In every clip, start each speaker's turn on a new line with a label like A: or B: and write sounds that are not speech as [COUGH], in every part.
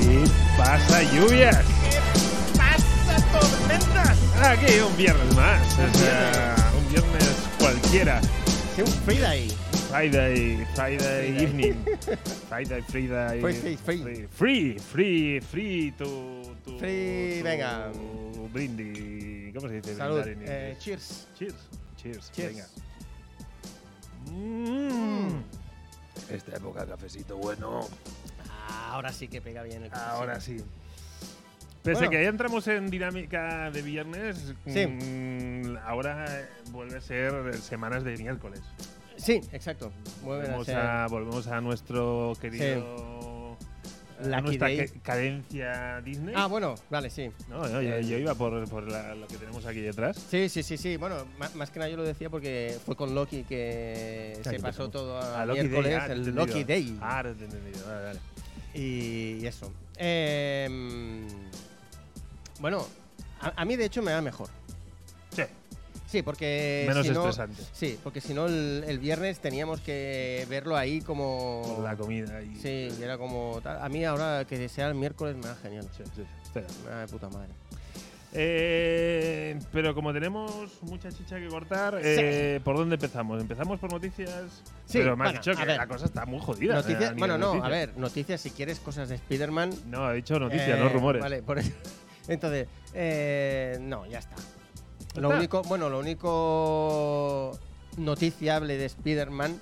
A: Y pasa lluvias.
B: ¡Pasa tormentas!
A: Aquí un viernes más. O
B: Un
A: sea, un viernes cualquiera.
B: ¡Qué un Friday!
A: Friday, Friday evening.
B: [LAUGHS]
A: Friday, Friday.
B: Free, free,
A: Free, free, free to. to-
B: Free,
A: to-
B: venga.
A: Brindis. ¿Cómo se dice?
B: Salud.
A: brindar en
B: Eh,
A: inglés?
B: cheers.
A: cheers. Cheers.
B: Cheers.
A: Venga. Mm.
C: Esta época, cafecito bueno.
B: Ah, Ahora sí que pega bien el
A: Ahora
B: cafecito.
A: sí. Pese
B: Bueno.
A: a que ya entramos en dinámica de viernes,
B: Sí.
A: mm, ahora eh, vuelve a ser semanas de miércoles.
B: Sí, exacto. Vuelven a
A: Volvemos
B: ser-
A: a, volvemos a nuestro querido. a
B: Lucky
A: nuestra
B: Day.
A: ca- cadencia Disney.
B: Ah, bueno, vale, sí.
A: no, no, yo, yo iba por, por la- lo que tenemos aquí detrás.
B: Sí, sí, sí, sí. Bueno, ma- más que nada yo lo decía porque fue con Loki que se
A: que
B: pasó
A: empezamos.
B: todo a,
A: Ah,
B: miércoles,
A: ah, te he
B: el
A: entendido.
B: Loki Day.
A: Ah, te he entendido. Vale, vale.
B: Y y eso. Em, bueno, a, a mí de hecho me va mejor.
A: Sí.
B: Sí, porque.
A: Menos
B: si no-
A: estresante.
B: Sí, porque si no, el, el viernes teníamos que verlo ahí como.
A: Por la comida. Y,
B: Oh. Sí, y era como. tal. A mí ahora que sea el miércoles me da genial.
A: Sí, sí, sí, estoy de acuerdo.
B: Me da de puta madre.
A: Eh, pero como tenemos mucha chicha que cortar, eh, ¿por dónde empezamos? ¿Empezamos por noticias?
B: Sí,
A: pero me has
B: bueno,
A: dicho que
B: a ver.
A: la cosa está muy jodida. eh, a
B: Noticias.
A: nivel
B: Bueno, no, a
A: noticias.
B: ver, noticias si quieres cosas de Spider-Man.
A: No, he dicho noticias,
B: eh,
A: no rumores.
B: Vale, por eso. [LAUGHS] Entonces, eh, no, ya está.
A: ¿Ya
B: Lo
A: está?
B: único, bueno, lo único noticiable de Spider-Man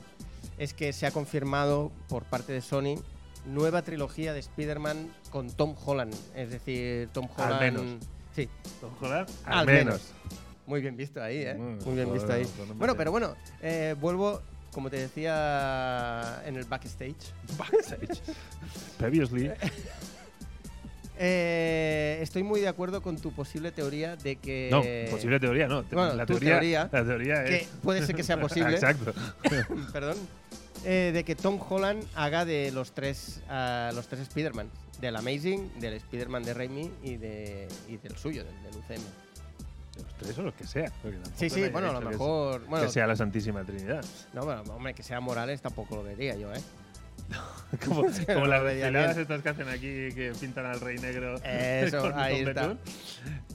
B: es que se ha confirmado por parte de Sony nueva trilogía de Spider-Man con Tom Holland. Es decir, Tom
A: Al
B: Holland.
A: menos.
B: Sí,
A: Don Jolar,
B: al, menos. Muy bien visto ahí, ¿eh?
A: Muy bien,
B: Muy bien
A: joder,
B: visto ahí.
A: pues no me
B: Bueno,
A: sé.
B: pero bueno, eh, vuelvo, como te decía en el backstage.
A: [LAUGHS] Backstage. Previously.
B: Eh, estoy muy de acuerdo con tu posible teoría de que.
A: no, posible teoría, no. Te-
B: Eh, bueno,
A: la,
B: tu
A: teoría,
B: teoría,
A: la teoría
B: Que
A: es.
B: puede ser que sea posible.
A: [LAUGHS]
B: [LAUGHS]
A: Exacto.
B: perdón, eh, de que Tom Holland haga de los tres, ah, los tres Spider-Man, del Amazing, del Spider-Man de Raimi y, de, y del suyo, del, del UCM.
A: Los tres o los que sea. porque tampoco
B: Sí, sí,
A: nadie ha
B: bueno, a lo
A: dicho que-
B: mejor...
A: Que,
B: Bueno,
A: sea la Santísima Trinidad. [LAUGHS]
B: no, bueno, hombre, que sea Morales tampoco lo vería yo, ¿eh? [LAUGHS]
A: Como, como
B: no
A: las
B: lo veía
A: veladas
B: bien.
A: estas que hacen aquí que pintan al rey negro. [LAUGHS]
B: Eso, ahí está.
A: betún.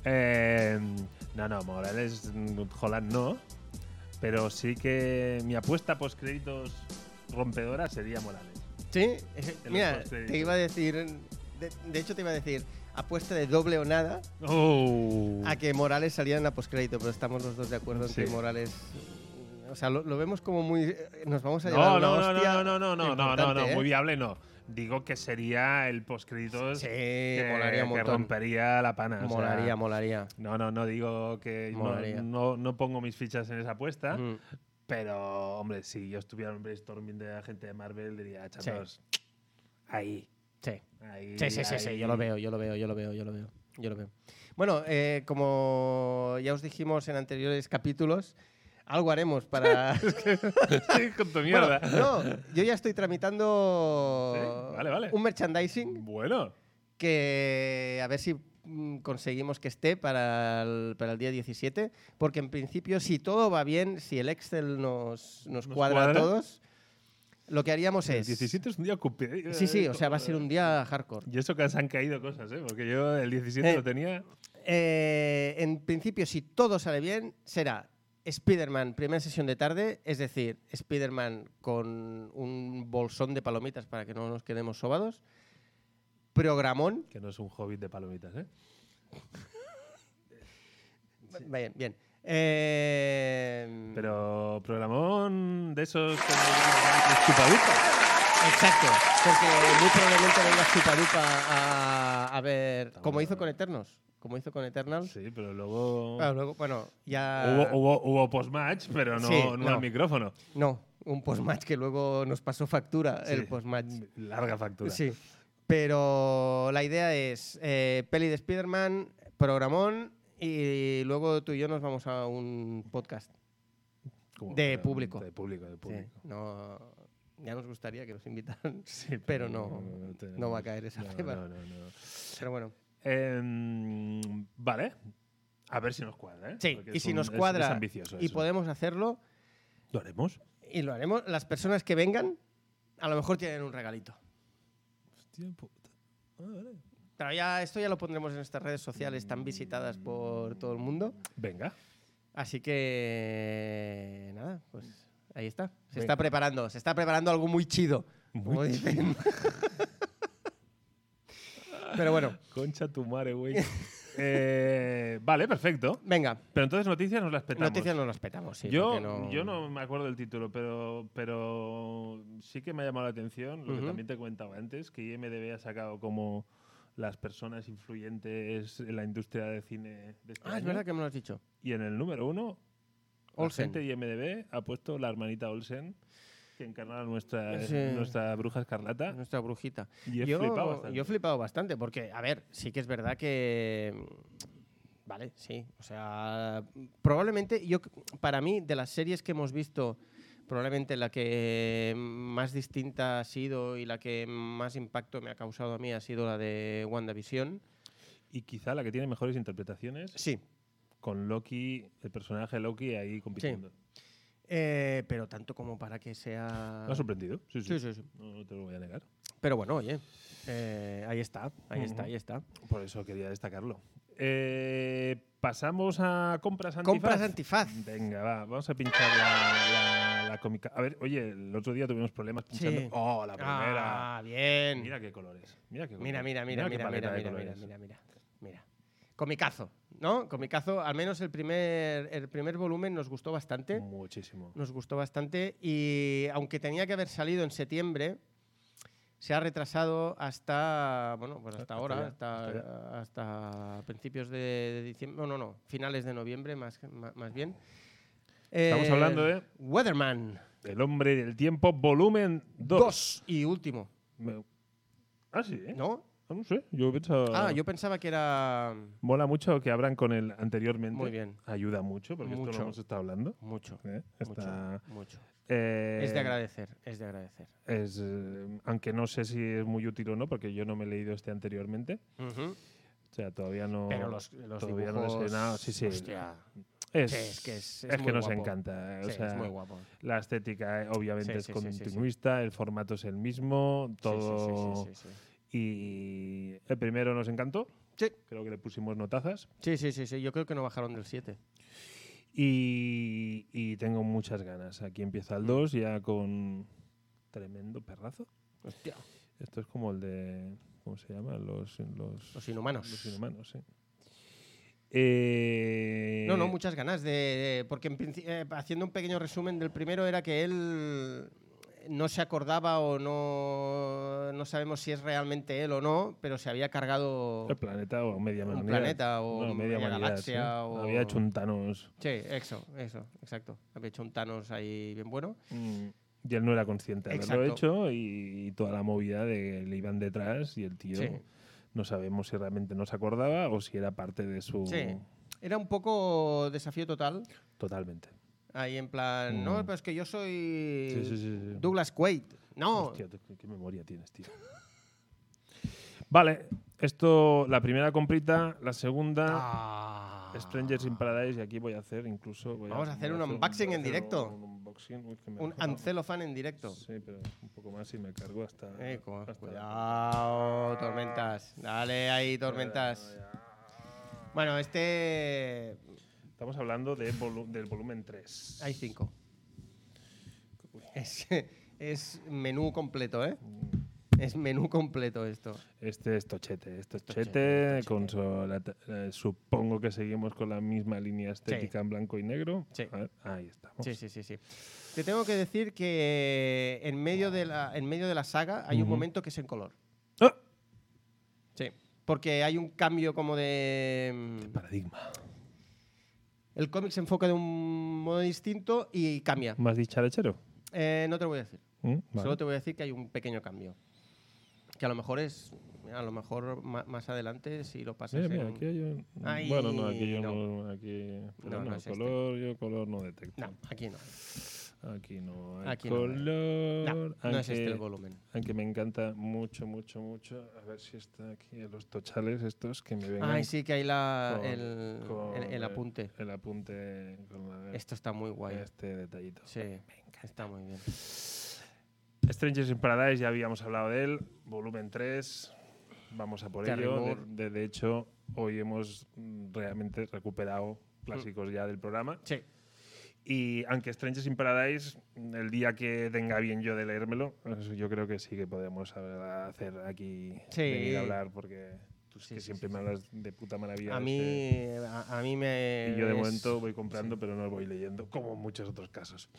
A: Eh, no, no, Morales, mm, Holland no. Pero sí que mi apuesta post créditos rompedora sería Morales.
B: Sí, es-
A: los
B: mira,
A: dos
B: te
A: créditos.
B: iba a decir... De, de hecho, te iba a decir apuesta de doble o nada
A: Oh.
B: a que Morales saliera en la postcrédito, pero estamos los dos de acuerdo en
A: Sí.
B: que Morales... O sea, lo, lo vemos como muy... eh, Nos vamos a llevar
A: No,
B: una
A: no, no,
B: hostia
A: no, no, no, no, no, no, no,
B: importante, ¿eh?
A: muy viable no. Digo que sería el post créditos
B: Sí,
A: que,
B: molaría un
A: que
B: montón.
A: rompería la pana. o sea,
B: Molaría, molaría.
A: no, no, no digo que no-
B: Molaría.
A: no, no pongo mis fichas en esa apuesta.
B: Mm.
A: Pero, hombre, si yo estuviera en un brainstorming de la gente de Marvel, diría, chatos, ahí,
B: Sí.
A: ahí.
B: Sí, sí, sí, sí,
A: ahí".
B: yo lo veo, yo lo veo, yo lo veo, yo lo veo. Yo lo veo. Bueno, eh, como ya os dijimos en anteriores capítulos, algo haremos
A: [LAUGHS]
B: para.
A: Sí, [LAUGHS] Con tu
B: Bueno,
A: mierda. [LAUGHS]
B: no, yo ya estoy tramitando
A: Sí, vale, vale.
B: un merchandising
A: Bueno,
B: que a ver si mm, conseguimos que esté para el, para el día 17, porque en principio, si todo va bien, si el Excel nos,
A: Nos
B: nos, cuadra, a
A: cuadra.
B: todos, lo que haríamos
A: el eh,
B: es.
A: 17 es un día ocupado.
B: Sí, sí, o sea, va a ser un día hardcore.
A: Y eso que se han caído cosas, ¿eh? Porque yo el 17
B: Eh.
A: lo tenía.
B: Eh, en principio, si todo sale bien, será Spider-Man primera sesión de tarde, es decir, Spider-Man con un bolsón de palomitas para que no nos quedemos sobados. Programón.
A: Que no es un hobbit de palomitas, ¿eh?
B: Bien, bien. Eh,
A: Pero programón de esos como los chupadupas.
B: Exacto, porque muy probablemente venga Chupadupa a, a ver, como hizo con Eternos. como hizo con Eternal.
A: Sí, pero luego.
B: Claro, luego, bueno, ya.
A: Hubo, hubo, hubo postmatch, pero no,
B: Sí,
A: no
B: no.
A: al micrófono.
B: No, un postmatch que luego nos pasó factura el
A: Sí.
B: postmatch.
A: Larga factura.
B: Sí. Pero la idea es eh, peli de Spider-Man, programón y luego tú y yo nos vamos a un podcast.
A: Como-
B: De público.
A: De público, de
B: Sí,
A: público.
B: no, ya nos gustaría que nos [LAUGHS] invitaran,
A: Sí,
B: pero no,
A: tenemos-
B: no va a caer esa [LAUGHS]
A: no,
B: ceba.
A: no, no, no.
B: Pero bueno,
A: Em, vale. A ver si nos cuadra. ¿eh?
B: sí,
A: Porque
B: y
A: es
B: si
A: un-
B: nos
A: es- es
B: cuadra
A: ambicioso
B: y
A: eso.
B: podemos hacerlo,
A: ¿Lo haremos?
B: y lo haremos, las personas que vengan a lo mejor tienen un regalito.
A: Hostia puta. Ah, vale.
B: Pero ya, esto ya lo pondremos en nuestras redes sociales tan visitadas por todo el mundo.
A: Venga.
B: Así que nada, pues ahí está. Se
A: Venga.
B: está preparando, se está preparando algo muy chido.
A: Muy
B: como dicen. Pero bueno,
A: Concha tu madre,
B: [LAUGHS]
A: güey. Eh, vale, perfecto.
B: venga,
A: Pero entonces noticias nos las petamos.
B: noticias no las petamos. sí,
A: yo,
B: porque no...
A: yo no me acuerdo del título, pero, pero sí que me ha llamado la atención lo que
B: Ujú.
A: también te comentaba antes, que IMDB ha sacado como las personas influyentes en la industria de cine de este
B: Ah, es
A: año.
B: verdad que me lo has dicho.
A: Y en el número uno, Olsen.
B: Olsen.
A: la gente de IMDB ha puesto la hermanita Olsen, que encarna a nuestra, eh,
B: Sí.
A: nuestra bruja escarlata.
B: Nuestra brujita.
A: Y he
B: yo,
A: flipado bastante.
B: yo he flipado bastante, porque, a ver, sí que es verdad que. mm, Vale, sí. O sea, probablemente, yo, c- para mí, de las series que hemos visto, probablemente la que más distinta ha sido y la que más impacto me ha causado a mí ha sido la de WandaVision.
A: Y quizá la que tiene mejores interpretaciones,
B: Sí.
A: con Loki, el personaje de Loki ahí compitiendo.
B: Eh, pero tanto como para que sea.
A: Me ha sorprendido. Sí, sí.
B: Sí, sí, sí.
A: No, no te lo voy a negar.
B: Pero bueno, oye, eh, ahí está, ahí
A: Ujú.
B: está, ahí está.
A: Por eso quería destacarlo. Eh, Pasamos a compras antifaz.
B: Compras antifaz.
A: Venga, va, vamos a pinchar la, la- la cómica. A ver, oye, el otro día tuvimos problemas pinchando.
B: Sí.
A: ¡Oh, la primera!
B: Ah, bien.
A: Mira qué colores. Mira, qué
B: Mira,
A: colores.
B: mira, mira,
A: qué
B: mira, mira,
A: paleta de
B: mira, mira,
A: colores.
B: mira, mira, mira. Comicazo, ¿no? Comicazo, al menos el primer, el primer volumen nos gustó bastante.
A: Mm. Muchísimo.
B: Nos gustó bastante y aunque tenía que haber salido en septiembre, se ha retrasado hasta, bueno, pues hasta
A: Hasta
B: ahora,
A: ya,
B: hasta, hasta principios de, diciembre, no, no, no, finales de noviembre más, más, más bien. Eh,
A: Estamos hablando de-
B: Weatherman
A: El hombre del tiempo, volumen 2.
B: 2 y último,
A: Ah, sí, ¿eh?
B: ¿no?
A: Ah, no sé, yo pensaba.
B: Ah, yo pensaba que era
A: Mola mucho que abran con el anteriormente.
B: Muy bien.
A: Ayuda mucho, porque esto
B: Mucho.
A: lo hemos estado hablando.
B: mucho.
A: ¿eh? Está-
B: Mucho, mucho.
A: eh,
B: es de agradecer, es de agradecer.
A: es, eh, aunque no sé si es muy útil o no, porque yo no me he leído este anteriormente. O sea, todavía no.
B: Pero los, los
A: todavía
B: dibujos,
A: no les he nada. Sí, sí.
B: hostia,
A: Es,
B: Sí, es que es- es
A: es
B: muy
A: que nos
B: guapo.
A: encanta. eh,
B: sí,
A: o sea,
B: es muy guapo.
A: la estética, eh, obviamente,
B: Sí,
A: es
B: sí, sí, sí, sí.
A: continuista, el formato es el mismo,
B: Sí, sí,
A: todo.
B: Sí, sí, sí, sí,
A: Y el primero nos encantó.
B: Sí.
A: Creo que le pusimos notazas.
B: sí. Sí, sí, sí, sí, Yo creo que no bajaron del 7.
A: Y, y tengo muchas ganas. Aquí empieza el 2 ya con tremendo perrazo.
B: Hostia.
A: Esto es como el de. ¿Cómo se llama? Los, los,
B: Los inhumanos.
A: los inhumanos, sí. Eh,
B: No, no, muchas ganas de. de- porque en princi- eh, haciendo un pequeño resumen del primero era que él no se acordaba o no, no sabemos si es realmente él o no, pero se había cargado.
A: El planeta o media
B: Un
A: humanidad.
B: planeta o
A: No,
B: media
A: humanidad,
B: galaxia
A: sí.
B: o-
A: Había hecho un Thanos.
B: Sí, eso, eso, exacto. Había hecho un Thanos ahí bien bueno.
A: mm, Y él no era consciente de haberlo
B: Exacto.
A: hecho y, y toda la movida de que le iban detrás y el tío
B: Sí.
A: no sabemos si realmente no se acordaba o si era parte de su...
B: Sí. Era un poco desafío total.
A: Totalmente.
B: Ahí en plan, no,
A: Mm.
B: pero es que yo soy
A: Sí, sí, sí, sí.
B: Douglas Quaid. No,
A: Hostia, tú, qué- qué memoria tienes, tío. vale, esto, la primera comprita, la segunda,
B: Ah.
A: Strangers in Paradise, y aquí voy a hacer incluso... voy
B: Vamos a hacer
A: voy
B: un unboxing
A: voy a
B: en
A: hacer
B: directo.
A: Un, unboxing, uy, que me
B: Un
A: deja la-
B: Ancelo fan en directo.
A: Sí, pero un poco más y me cargo hasta...
B: Eh, co-
A: hasta la-
B: cuidado, tormentas. Dale ahí, tormentas. Bueno, este.
A: Estamos hablando de volu- del volumen 3.
B: Hay cinco. Es, es menú completo, ¿eh? Es menú completo esto.
A: Este es Tochete, esto es
B: Tochete,
A: Tochete,
B: Tochete.
A: con su- la te- eh, supongo que seguimos con la misma línea estética en blanco y negro.
B: Sí.
A: A ver, ahí estamos.
B: Sí, sí, sí, sí. Te tengo que decir que en medio de la, en medio de la saga hay un
A: Ujú.
B: momento que es en color.
A: ¡Ah!
B: Sí. Porque hay un cambio como de. mm,
A: Paradigma.
B: El cómic se enfoca de un modo distinto y cambia.
A: ¿Más dicho lechero?
B: Eh, no te lo voy a decir.
A: ¿Mm? Vale.
B: Solo te voy a decir que hay un pequeño cambio. Que a lo mejor es. A lo mejor ma- más adelante, si lo pasas.
A: Mira, mira,
B: en-
A: aquí hay un...
B: Ay,
A: bueno, no, aquí yo
B: no.
A: no, aquí... pero
B: No,
A: no,
B: no es este.
A: color, yo color no detecto.
B: No, aquí no.
A: Aquí no hay
B: Aquí no hay.
A: color.
B: No, no es
A: aunque-
B: este el volumen.
A: Aunque me encanta mucho, mucho, mucho. A ver si está aquí en los tochales estos que me vengan
B: Ay, sí, que hay la,
A: con-
B: el,
A: con
B: el- el
A: el-
B: apunte.
A: el apunte con la-
B: Esto está muy guay.
A: este detallito.
B: Sí, está muy bien.
A: Strangers in Paradise, ya habíamos hablado de él. Volumen 3, vamos a por
B: Terry
A: ello.
B: Moore.
A: De, de- de hecho, hoy hemos mm, realmente recuperado clásicos ya del programa.
B: Sí,
A: Y aunque Strangers in Paradise, mm, el día que tenga bien yo de leérmelo, pues yo creo que sí que podemos a- hacer aquí
B: Sí.
A: venir a hablar, porque tú es
B: Sí,
A: que
B: sí,
A: siempre
B: sí,
A: me hablas de puta maravilla.
B: a
A: de
B: mí,
A: este-
B: a, a mí me.
A: y yo de
B: es-
A: momento voy comprando, pero no voy leyendo, como en muchos otros casos.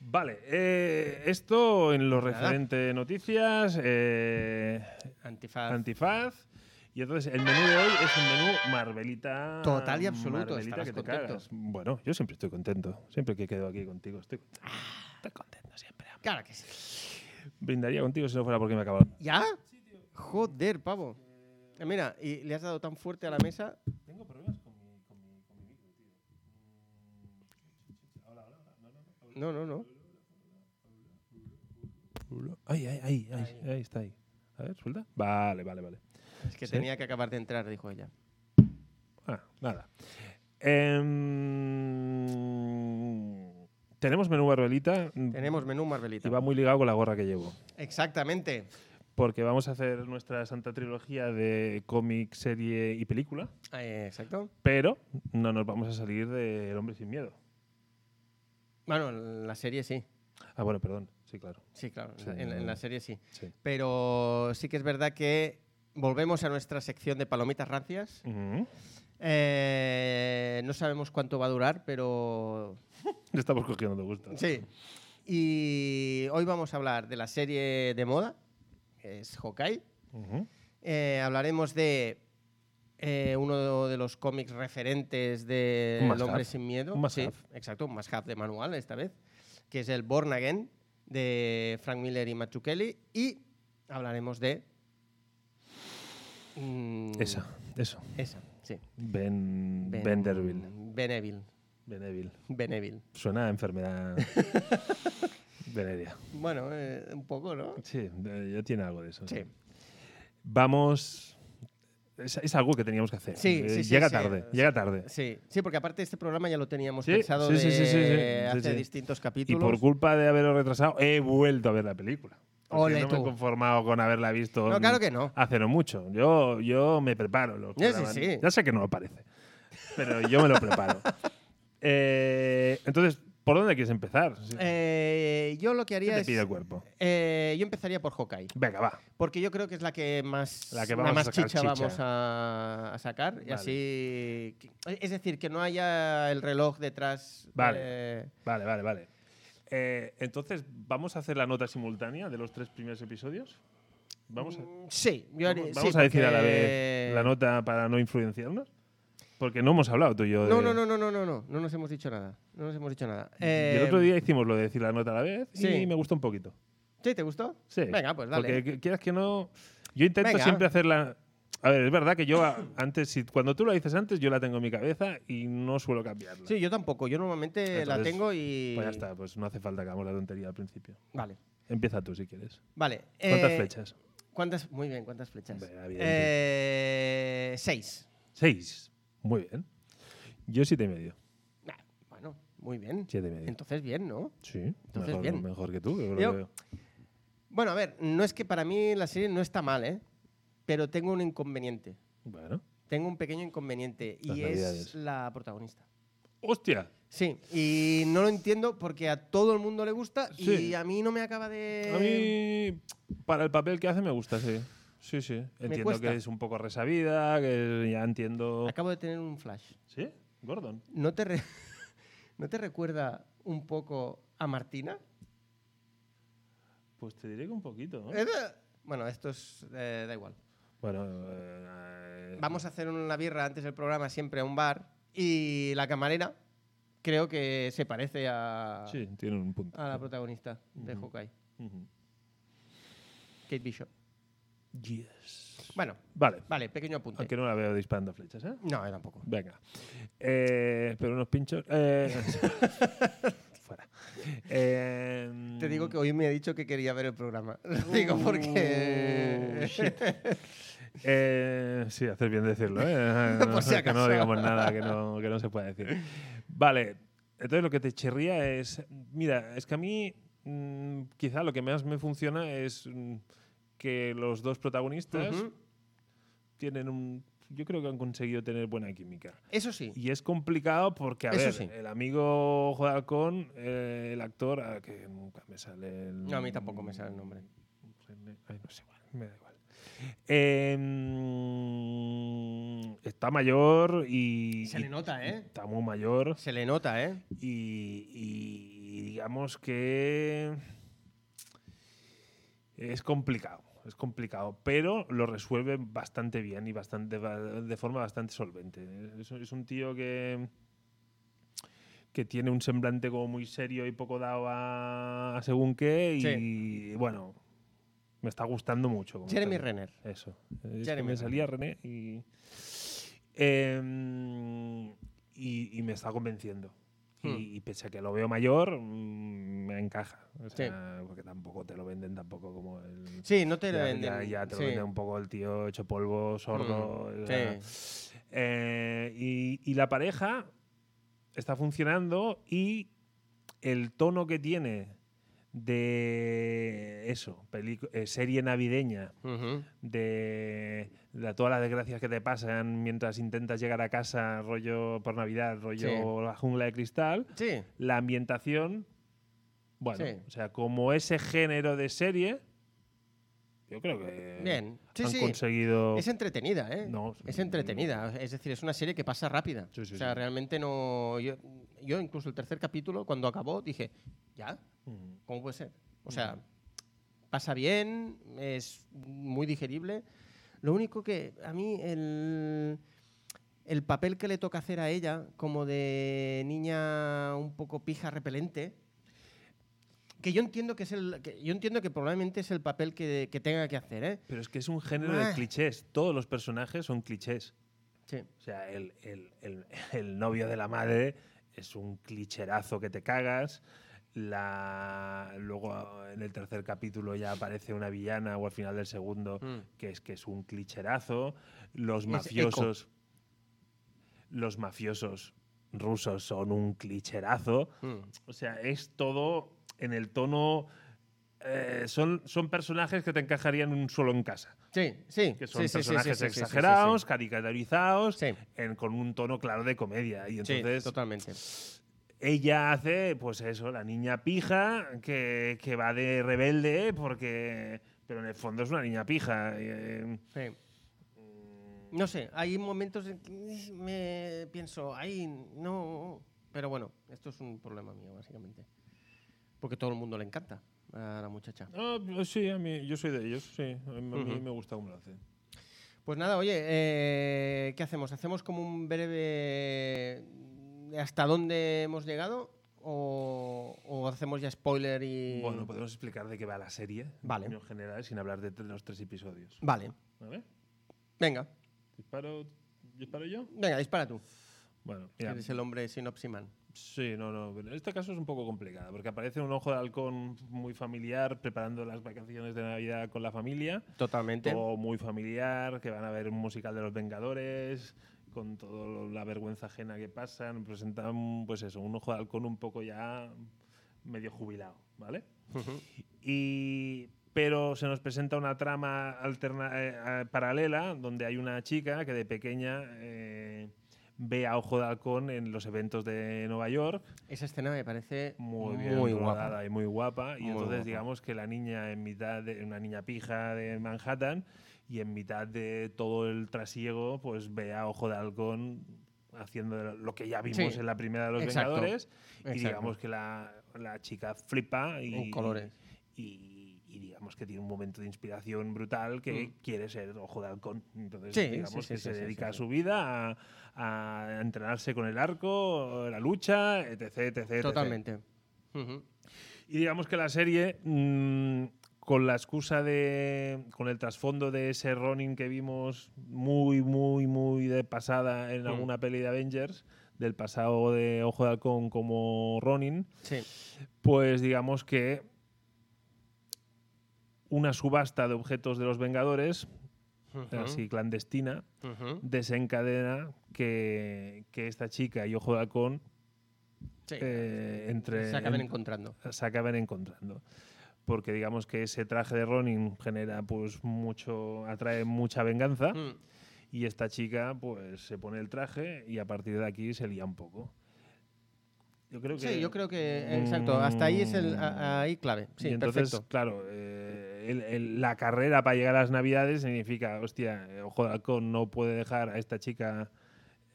A: vale, eh, esto en lo
B: Nada.
A: referente noticias, eh,
B: Antifaz.
A: antifaz. Y entonces el menú de hoy es un menú Marvelita.
B: Total y absoluto,
A: Marvelita
B: estarás
A: que te
B: contento.
A: cagas. Bueno, yo siempre estoy contento. Siempre que quedo aquí contigo, estoy contento. Estoy contento siempre.
B: Claro que sí.
A: Brindaría contigo si no fuera porque me acabado.
B: ¿Ya? Joder, pavo. Eh, Mira, y le has dado tan fuerte a la mesa.
A: Tengo problemas con mi, con mi, con mi micro, tío.
B: No, no, no.
A: Ay, ay, ay, ay, ahí está ahí. A ver, suelta. Vale, vale, vale.
B: Es que
A: Sí.
B: tenía que acabar de entrar, dijo ella.
A: Ah, nada. Em, tenemos menú barbarita
B: Tenemos menú
A: y
B: Marvelita.
A: va muy ligado con la gorra que llevo.
B: Exactamente.
A: Porque vamos a hacer nuestra santa trilogía de cómic, serie y película,
B: Eh, Exacto.
A: pero no nos vamos a salir de El hombre sin miedo.
B: Bueno, en la serie sí.
A: Ah, bueno, perdón. Sí, claro.
B: Sí, claro.
A: Sí,
B: en, en
A: no.
B: la serie sí.
A: Sí.
B: Pero sí que es verdad que volvemos a nuestra sección de palomitas rancias.
A: Ujú.
B: Eh, no sabemos cuánto va a durar, pero
A: Estamos cogiendo de gusto.
B: sí. Y hoy vamos a hablar de la serie de moda, que es Hawkeye.
A: Ujú.
B: Eh, hablaremos de eh, uno de los cómics referentes de
A: Un
B: El
A: must
B: hombre
A: have.
B: sin miedo.
A: Un must
B: Sí,
A: have.
B: exacto, un must have de manual esta vez, que es el Born Again de Frank Miller y Matt Kelly. Y hablaremos de... mm,
A: Esa, eso.
B: Esa, sí.
A: Ben,
B: Ben-
A: Benderville.
B: Benevil.
A: Benevil.
B: Benevil.
A: Suena a enfermedad venérea.
B: Bueno, eh, un poco, ¿no?
A: Sí, de- ya tiene algo de eso.
B: Sí.
A: Vamos. Es, es algo que teníamos que hacer.
B: Sí,
A: Eh,
B: sí, sí,
A: llega
B: sí.
A: tarde, llega tarde.
B: Sí, sí, porque aparte este programa ya lo teníamos
A: Sí,
B: pensado
A: sí, sí,
B: de
A: sí, sí, sí, sí,
B: hace
A: sí.
B: distintos
A: Y
B: capítulos.
A: por culpa de haberlo retrasado, he vuelto a ver la película. Porque
B: Ole,
A: no me
B: tú.
A: he conformado con haberla visto.
B: No, claro que no.
A: Hace no mucho. Yo, yo me preparo. Los
B: Sí, sí,
A: programas.
B: sí.
A: Ya sé que no lo parece, pero yo me lo preparo.
B: [LAUGHS]
A: Eh, entonces, ¿por dónde quieres empezar? Sí.
B: Eh, yo lo que
A: ¿Qué
B: haría
A: te
B: es...
A: pide el cuerpo?
B: Eh, yo empezaría por Hawkeye,
A: Venga, va.
B: porque yo creo que es la que más,
A: La que vamos
B: más
A: a sacar
B: chicha,
A: chicha.
B: vamos a, a sacar. Y
A: Vale.
B: así. Es decir, que no haya el reloj detrás.
A: Vale.
B: eh,
A: Vale, vale, vale. Eh, entonces, ¿vamos a hacer la nota simultánea de los tres primeros episodios? Vamos a,
B: sí, yo haría-
A: vamos-
B: sí,
A: vamos a decir a la
B: porque-
A: vez la nota para no influenciarnos. Porque no hemos hablado tú y yo.
B: No,
A: de-
B: no, no, no, no, no, no, no nos hemos dicho nada. No nos hemos dicho nada.
A: Y el
B: Eh,
A: otro día hicimos lo de decir la nota a la vez
B: sí.
A: y me gustó un poquito.
B: ¿Sí? ¿Te gustó?
A: Sí.
B: Venga, pues dale.
A: Porque que- quieras que no. Yo intento
B: Venga.
A: siempre hacerla. A ver, es verdad que yo a- antes, si, cuando tú lo dices antes, yo la tengo en mi cabeza y no suelo cambiarla.
B: Sí, yo tampoco. Yo normalmente la
A: Entonces,
B: tengo y.
A: Pues ya está, pues no hace falta que hagamos la tontería al principio.
B: Vale.
A: Empieza tú si quieres.
B: Vale.
A: ¿Cuántas
B: eh,
A: flechas?
B: ¿Cuántas? Muy bien, ¿cuántas flechas?
A: Venga, evidente.
B: Eh, seis.
A: Seis. Muy bien. Yo siete y medio.
B: Nah, Bueno, muy bien.
A: Siete y medio.
B: Entonces, bien, ¿no?
A: Sí,
B: entonces
A: mejor,
B: bien.
A: mejor que tú. que lo
B: Yo-
A: veo.
B: Bueno, a ver, no es que para mí la serie no está mal, ¿eh? Pero tengo un inconveniente.
A: Bueno.
B: Tengo un pequeño inconveniente
A: Las
B: y
A: navidades.
B: es la protagonista.
A: ¡Hostia!
B: Sí, y no lo entiendo porque a todo el mundo le gusta
A: Sí.
B: y a mí no me acaba de...
A: A
B: Eh,
A: mí, para el papel que hace, me gusta, sí. Sí, sí. Entiendo
B: cuesta.
A: que es un poco resabida, que ya entiendo.
B: Acabo de tener un flash.
A: ¿Sí? Gordon.
B: ¿No te, re- [LAUGHS] ¿No te recuerda un poco a Martina? Eh.
A: Pues te diré que un poquito. ¿no?
B: Es de- Bueno, esto es, eh, da igual.
A: Bueno, eh,
B: Vamos a hacer una birra antes del programa, siempre a un bar. Y la camarera creo que se parece a,
A: Sí, tiene un punto.
B: a la protagonista de
A: Ujú.
B: Hawkeye,
A: Ujú.
B: Kate Bishop.
A: Yes.
B: Bueno,
A: Vale,
B: vale, pequeño apunte.
A: aunque no la veo disparando flechas, ¿eh?
B: No, yo tampoco.
A: Venga. Eh, pero unos pinchos.
B: [LAUGHS]
A: eh, fuera. Eh,
B: Te digo que hoy me ha dicho que quería ver el programa. [LAUGHS] Lo digo porque...
A: Uh, shit. Eh, sí, haces bien decirlo,
B: [LAUGHS]
A: ¿eh? No,
B: Por si
A: que no
B: acaso.
A: digamos nada que no, que no se pueda decir. Vale, entonces lo que te chirría es, mira, es que a mí mm, quizá lo que más me funciona es mm, que los dos protagonistas
B: [LAUGHS] Ujú.
A: tienen un... Yo creo que han conseguido tener buena química.
B: Eso sí.
A: Y es complicado porque, a
B: Eso
A: ver,
B: sí.
A: el amigo Ojo de Halcón, eh, el actor, ah, que nunca me sale el...
B: No, a mí tampoco me sale el nombre.
A: René- ay, no sé, bueno, me da igual. Eh, está mayor y...
B: Se le
A: y-
B: nota, ¿eh?
A: Está muy mayor
B: Se le nota, ¿eh?
A: y, y digamos que es complicado. Es complicado, pero lo resuelve bastante bien y bastante va- de forma bastante solvente. Es, es un tío que, que tiene un semblante como muy serio y poco dado a, a según qué. Y bueno, me está gustando mucho. como
B: Jeremy
A: tal.
B: Renner.
A: Eso. Es que
B: Jeremy
A: me
B: Renner.
A: salía René y, Em, y, y me está convenciendo.
B: Hmm.
A: Y, y pese a que lo veo mayor, mm, me encaja. O sea, Porque tampoco te lo venden tampoco como el...
B: Sí, no te lo
A: ya,
B: venden.
A: ya- ya te lo
B: sí.
A: venden un poco el tío hecho polvo, sordo.
B: Mm,
A: ya. Eh, y, y la pareja está funcionando y el tono que tiene de eso, pelicu- eh, serie navideña,
B: Ujú.
A: de, de todas las desgracias que te pasan mientras intentas llegar a casa, rollo por Navidad, rollo
B: Sí.
A: la jungla de cristal,
B: Sí.
A: la ambientación, bueno,
B: Sí.
A: o sea, como ese género de serie, yo creo que
B: Bien. Sí,
A: han
B: sí.
A: conseguido...
B: Es entretenida, ¿eh?
A: No,
B: es
A: mm.
B: entretenida. Es decir, es una serie que pasa rápida.
A: Sí, sí,
B: o sea,
A: sí.
B: realmente no. Yo, yo, incluso el tercer capítulo, cuando acabó, dije, ¿ya?
A: Mm.
B: ¿Cómo puede ser? O sea, pasa bien, es muy digerible. Lo único que a mí el, el papel que le toca hacer a ella, como de niña un poco pija repelente, que yo entiendo que es el, que yo entiendo que probablemente es el papel que, que tenga que hacer, ¿eh?
A: Pero es que es un género
B: Buah.
A: de clichés, todos los personajes son clichés.
B: Sí.
A: O sea, el, el- el- [LAUGHS] el novio de la madre es un clicherazo que te cagas. La, luego en el tercer capítulo ya aparece una villana o al final del segundo
B: Mm.
A: que es que es un clicherazo. Los
B: Eco.
A: mafiosos. Los mafiosos rusos son un clicherazo.
B: Mm.
A: O sea, es todo en el tono. eh, son, son personajes que te encajarían un solo en casa
B: Sí, sí.
A: que son
B: sí, sí, sí,
A: personajes
B: sí, sí, sí, sí, sí, sí.
A: exagerados, caricaturizados,
B: Sí.
A: en- con un tono claro de comedia. Y
B: Sí,
A: entonces
B: totalmente.
A: ella hace, pues eso, la niña pija que, que va de rebelde, porque. Pero en el fondo es una niña pija. eh,
B: Sí. No sé, hay momentos en que me pienso, ahí no. Pero bueno, esto es un problema mío, básicamente. Porque todo el mundo le encanta a la muchacha.
A: ah, sí, a mí, yo soy de ellos, sí. A mí, a mí
B: Ujú.
A: me gusta cómo lo hacen.
B: Pues nada, oye, eh, ¿qué hacemos? ¿Hacemos como un breve. hasta dónde hemos llegado? ¿O, o hacemos ya spoiler y.?
A: Bueno, pues podemos explicar de qué va la serie
B: Vale.
A: en general sin hablar de t- los tres episodios.
B: Vale,
A: ¿Vale?
B: venga,
A: ¿Disparo, ¿Disparo yo?
B: venga, dispara tú.
A: Bueno,
B: que
A: mira,
B: Eres el hombre sinopsiman.
A: Sí, no, no. pero En este caso es un poco complicado, porque aparece un ojo de halcón muy familiar preparando las vacaciones de Navidad con la familia.
B: Totalmente.
A: Todo muy familiar, que van a ver un musical de los Vengadores, con toda la vergüenza ajena que pasan. Presentan, pues eso, un ojo de halcón un poco ya medio jubilado, ¿vale? Y, pero se nos presenta una trama alterna- eh, eh, paralela donde hay una chica que de pequeña eh, ve a Ojo de Halcón en los eventos de Nueva York,
B: Esa escena me parece
A: muy bien rodada
B: guapa.
A: y muy guapa. Y
B: Muy
A: entonces
B: guapa.
A: digamos que la niña en mitad de una niña pija de Manhattan y en mitad de todo el trasiego pues ve a Ojo de Halcón haciendo lo que ya vimos
B: Sí,
A: en la primera de los
B: exacto,
A: Vengadores y
B: exacto.
A: digamos que la, la chica flipa y
B: En colores.
A: y, y digamos que tiene un momento de inspiración brutal que quiere ser ojo de halcón. Entonces,
B: Mm. Sí,
A: digamos
B: sí, sí,
A: que
B: sí,
A: se
B: sí,
A: dedica
B: sí,
A: a
B: sí.
A: su vida a, a entrenarse con el arco, la lucha, etc. etc, etc.
B: Totalmente. Ujú.
A: Y digamos que la serie, mm, con la excusa de. con el trasfondo de ese Ronin que vimos muy, muy, muy de pasada en
B: Mm.
A: alguna peli de Avengers, del pasado de Ojo de Halcón como Ronin,
B: Sí.
A: pues digamos que. una subasta de objetos de los Vengadores, así clandestina,
B: Ujú.
A: desencadena que, que esta chica y Ojo de Halcón
B: Sí.
A: eh, entre.
B: se acaban
A: en-
B: encontrando.
A: se acaban encontrando. Porque digamos que ese traje de Ronin genera pues mucho, atrae mucha venganza
B: Mm.
A: y esta chica pues se pone el traje y a partir de aquí se lía un poco. Yo creo que Mm.
B: Sí, yo creo que, exacto, hasta ahí es el, a- ahí clave. Sí,
A: y entonces,
B: perfecto.
A: claro, eh, el- el- la carrera para llegar a las Navidades significa, hostia, eh, Ojo de Halcón no puede dejar a esta chica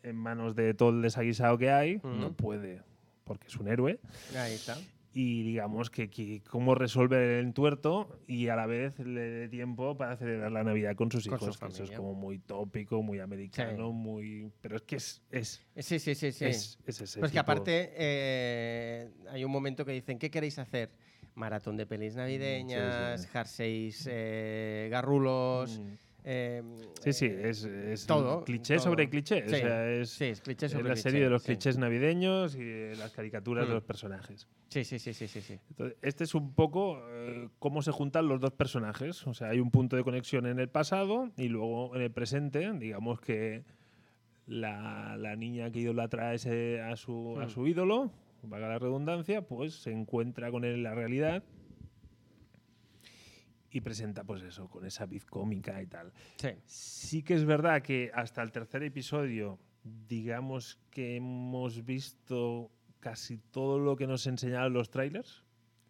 A: en manos de todo el desaguisado que hay, no
B: Ujú.
A: puede, porque es un héroe
B: Ahí está.
A: y digamos que, que cómo resolver el entuerto y a la vez le dé tiempo para celebrar la Navidad con sus
B: Con
A: hijos.
B: su
A: que eso es
B: familia.
A: como muy tópico, muy americano, muy... Pero es que es... es,
B: Sí, sí, sí, sí.
A: es, es ese
B: Pues que
A: tipo.
B: aparte eh, hay un momento que dicen, ¿qué queréis hacer? Maratón de
A: Mm,
B: pelis navideñas, jerseys, eh, garrulos.
A: Mm.
B: eh,
A: Sí, sí,
B: eh,
A: es, es
B: todo,
A: cliché
B: todo.
A: sobre cliché. o
B: Sí,
A: sea, es,
B: sí, es cliché
A: es
B: sobre
A: la
B: cliché,
A: serie de los
B: sí.
A: clichés navideños y de las caricaturas
B: Mm.
A: de los personajes.
B: Sí, sí, sí, sí, sí. sí.
A: Entonces, este es un poco eh, cómo se juntan los dos personajes. O sea, hay un punto de conexión en el pasado y luego en el presente, digamos que la, la niña que idolatra a ese- a, su, a
B: Hmm.
A: su ídolo, valga la redundancia, pues se encuentra con él en la realidad y presenta pues eso, con esa vid cómica y tal.
B: sí.
A: Sí que es verdad que hasta el tercer episodio, digamos que hemos visto casi todo lo que nos enseñaban los trailers.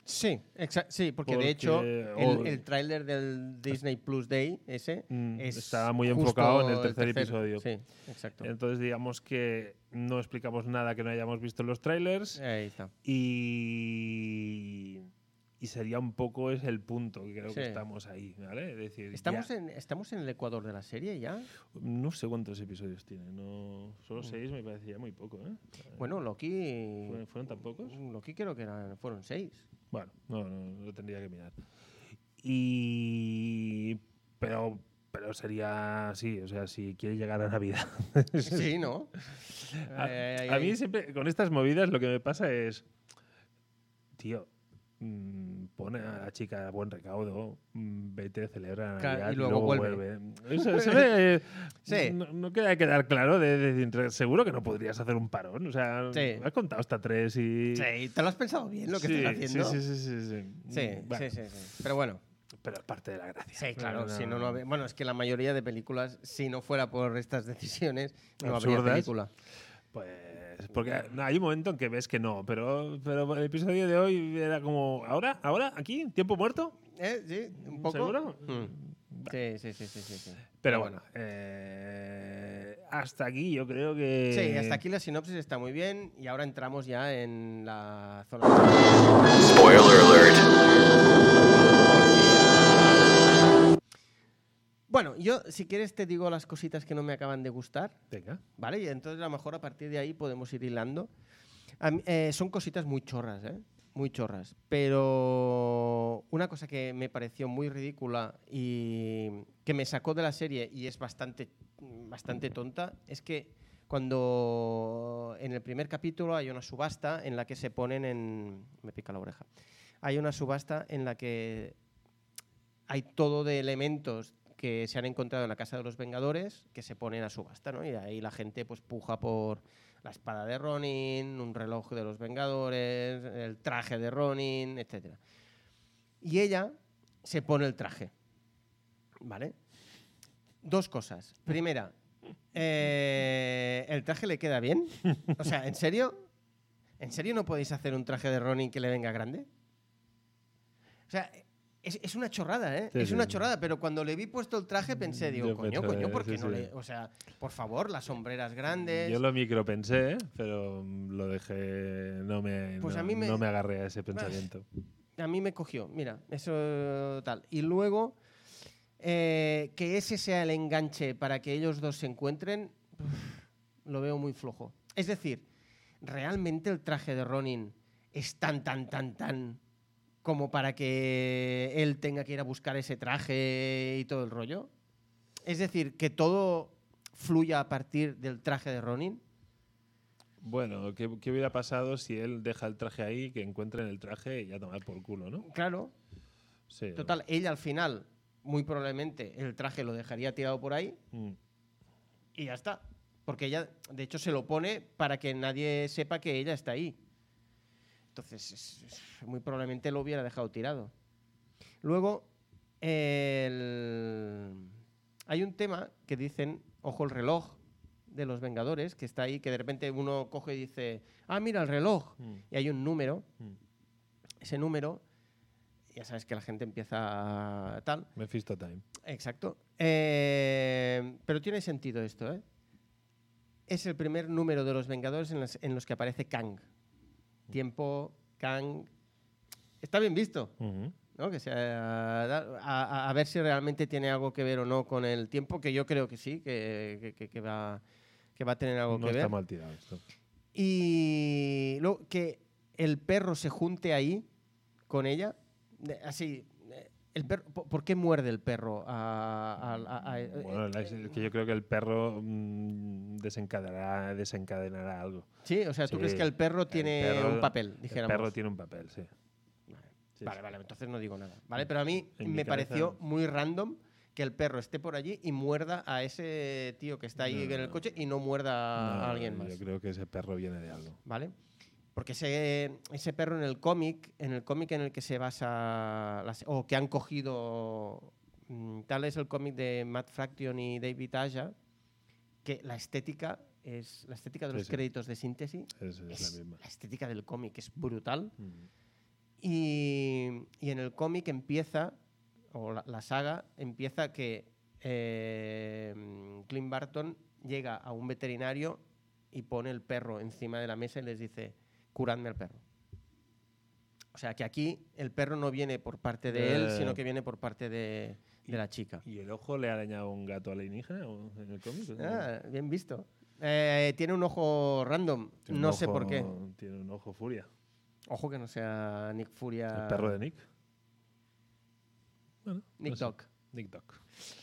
B: Sí, exa- sí, porque,
A: Porque-
B: de hecho
A: o-
B: el, el tráiler del Disney Plus Day ese
A: Mm,
B: es
A: estaba muy
B: justo
A: enfocado en el tercer
B: tercero.
A: episodio.
B: Sí, exacto.
A: Entonces digamos que no explicamos nada que no hayamos visto en los trailers
B: Ahí está.
A: y, y sería un poco es el punto que creo
B: Sí.
A: que estamos ahí, ¿vale? Es decir,
B: ¿Estamos
A: ya-
B: en, ¿Estamos en el Ecuador de la serie ya?
A: no sé cuántos episodios tiene, no solo seis me parecía muy poco, ¿eh?
B: Mm. Bueno, mm, Loki...
A: ¿Fueron- fueron tan pocos?
B: Loki creo que eran, fueron
A: [LAUGHS]
B: seis.
A: Bueno, no, no, no lo tendría que mirar. Y pero pero sería así, o sea, si quiere llegar a Navidad. [LAUGHS]
B: [LAUGHS] Sí, ¿no?
A: A,
B: Eh, ahí-
A: a
B: ahí.
A: mí siempre, con estas movidas, lo que me pasa es. Tío, mm, pone a la chica a buen recaudo, mm, vete, celebra la
B: Claro, y
A: Navidad
B: luego vuelve. [LAUGHS]
A: Eso se ve, eh,
B: Sí.
A: no, no queda quedar claro. De, de decir, seguro que no podrías hacer un parón. O sea,
B: Sí.
A: has contado hasta tres y.
B: Sí, ¿te lo has pensado bien lo que
A: Sí,
B: estás haciendo?
A: Sí, sí, sí. sí, sí.
B: Sí,
A: Mm, bueno,
B: sí, sí, sí. Pero bueno,
A: Pero es parte de la gracia.
B: sí, claro, si no, no habría- Bueno, es que la mayoría de películas, si no fuera por estas decisiones, no habría
A: Absurdas.
B: película.
A: Pues porque no, hay un momento en que ves que no, pero, pero el episodio de hoy era como, ¿ahora? ¿Ahora? ¿Aquí? ¿Tiempo muerto?
B: ¿Eh? ¿Sí? ¿Un poco?
A: ¿Seguro?
B: Mm. Sí, sí, sí, sí, sí, sí.
A: Pero bueno, eh, hasta aquí yo creo que...
B: Sí, hasta aquí la sinopsis está muy bien y ahora entramos ya en la zona.
D: Spoiler alert.
B: Bueno, yo si quieres te digo las cositas que no me acaban de gustar,
A: Venga.
B: ¿vale? Y entonces a lo mejor a partir de ahí podemos ir hilando. A mí- eh, son cositas muy chorras, ¿eh? Muy chorras. Pero una cosa que me pareció muy ridícula y que me sacó de la serie y es bastante, bastante tonta es que cuando en el primer capítulo hay una subasta en la que se ponen en... Me pica la oreja. Hay una subasta en la que hay todo de elementos que se han encontrado en la casa de los Vengadores que se ponen a subasta, ¿no? Y ahí la gente pues puja por la espada de Ronin, un reloj de los Vengadores, el traje de Ronin, etcétera. Y ella se pone el traje, ¿vale? Dos cosas. Primera, eh, ¿el traje le queda bien? O sea, ¿en serio? ¿En serio no podéis hacer un traje de Ronin que le venga grande? O sea, es, es una chorrada, ¿eh?
A: Sí,
B: es
A: sí,
B: una
A: sí.
B: chorrada, pero cuando le vi puesto el traje pensé, digo,
A: Yo
B: coño,
A: pensaba,
B: coño,
A: eh,
B: ¿por qué
A: sí,
B: no
A: sí.
B: le...? O sea, por favor, las sombreras grandes...
A: Yo lo micro pensé, pero mm, lo dejé... No me,
B: Pues
A: no,
B: a mí me- Ah.
A: no me agarré a ese pensamiento.
B: a mí me cogió, mira, eso tal. Y luego, eh, que ese sea el enganche para que ellos dos se encuentren, uf, lo veo muy flojo. Es decir, ¿realmente el traje de Ronin es tan, tan, tan, tan como para que él tenga que ir a buscar ese traje y todo el rollo? Es decir, que todo fluya a partir del traje de Ronin.
A: Bueno, ¿qué, qué hubiera pasado si él deja el traje ahí, que encuentren el traje y ya tomar por culo, no?
B: Claro,
A: Sí. ¿no?
B: Total, ella al final, muy probablemente, el traje lo dejaría tirado por ahí
A: Mm.
B: y ya está. Porque ella, de hecho, se lo pone para que nadie sepa que ella está ahí. Entonces, es- es- muy probablemente lo hubiera dejado tirado. Luego, el- hay un tema que dicen, ojo, el reloj de los Vengadores, que está ahí, que de repente uno coge y dice, ah, mira, el reloj.
A: Mm.
B: Y hay un número,
A: Mm.
B: ese número, ya sabes que la gente empieza a tal,
A: Mephisto Time.
B: Exacto. Eh, pero tiene sentido esto, ¿eh? Es el primer número de los Vengadores en, las- en los que aparece Kang. Tiempo, Kang. Está bien visto,
A: Ujú.
B: ¿no? Que sea, da- a, a- a ver si realmente tiene algo que ver o no con el tiempo, que yo creo que sí, que, que- que- que va, que va a tener algo
A: No
B: que
A: está
B: ver.
A: mal tirado esto.
B: Y luego que el perro se junte ahí con ella. de- Así. eh, El perro, ¿por por qué muerde el perro a- al- a- a- eh,
A: Bueno, la- es que yo creo que el perro mm, desencadenará, desencadenará algo.
B: Sí, o sea, tú
A: Sí.
B: crees que el perro tiene
A: perro-
B: un papel,
A: El
B: dijéramos.
A: perro tiene un papel, sí. sí,
B: Vale,
A: sí.
B: vale, entonces no digo nada. Vale, pero a mí
A: En mi
B: me
A: cabeza-
B: pareció muy random que el perro esté por allí y muerda a ese tío que está ahí
A: No,
B: en el
A: no.
B: coche y no muerda
A: No,
B: a alguien más.
A: Yo creo que ese perro viene de algo.
B: ¿Vale? Porque ese, ese perro en el cómic, en el cómic en el que se basa, la se- o que han cogido, mm, tal es el cómic de Matt Fraction y David Aja, que la estética es la estética de
A: Sí,
B: los
A: sí.
B: créditos de síntesis
A: Es, es
B: es
A: la misma.
B: la estética del cómic es brutal.
A: Mm.
B: Y, y en el cómic empieza, o la, la saga, empieza que eh, Clint Barton llega a un veterinario y pone el perro encima de la mesa y les dice, curadme al perro. O sea, que aquí el perro no viene por parte de él,
A: Eh.
B: sino que viene por parte de, de la chica.
A: ¿Y el ojo le ha dañado un gato alienígena o- en el cómic?
B: Ah, bien visto. Eh, tiene un ojo random,
A: Tiene un
B: no sé por
A: ojo-
B: qué.
A: Tiene un ojo furia.
B: Ojo que no sea Nick Furia.
A: El perro de Nick. Bueno, no
B: Nick
A: sé.
B: Dog.
A: Nick Dog.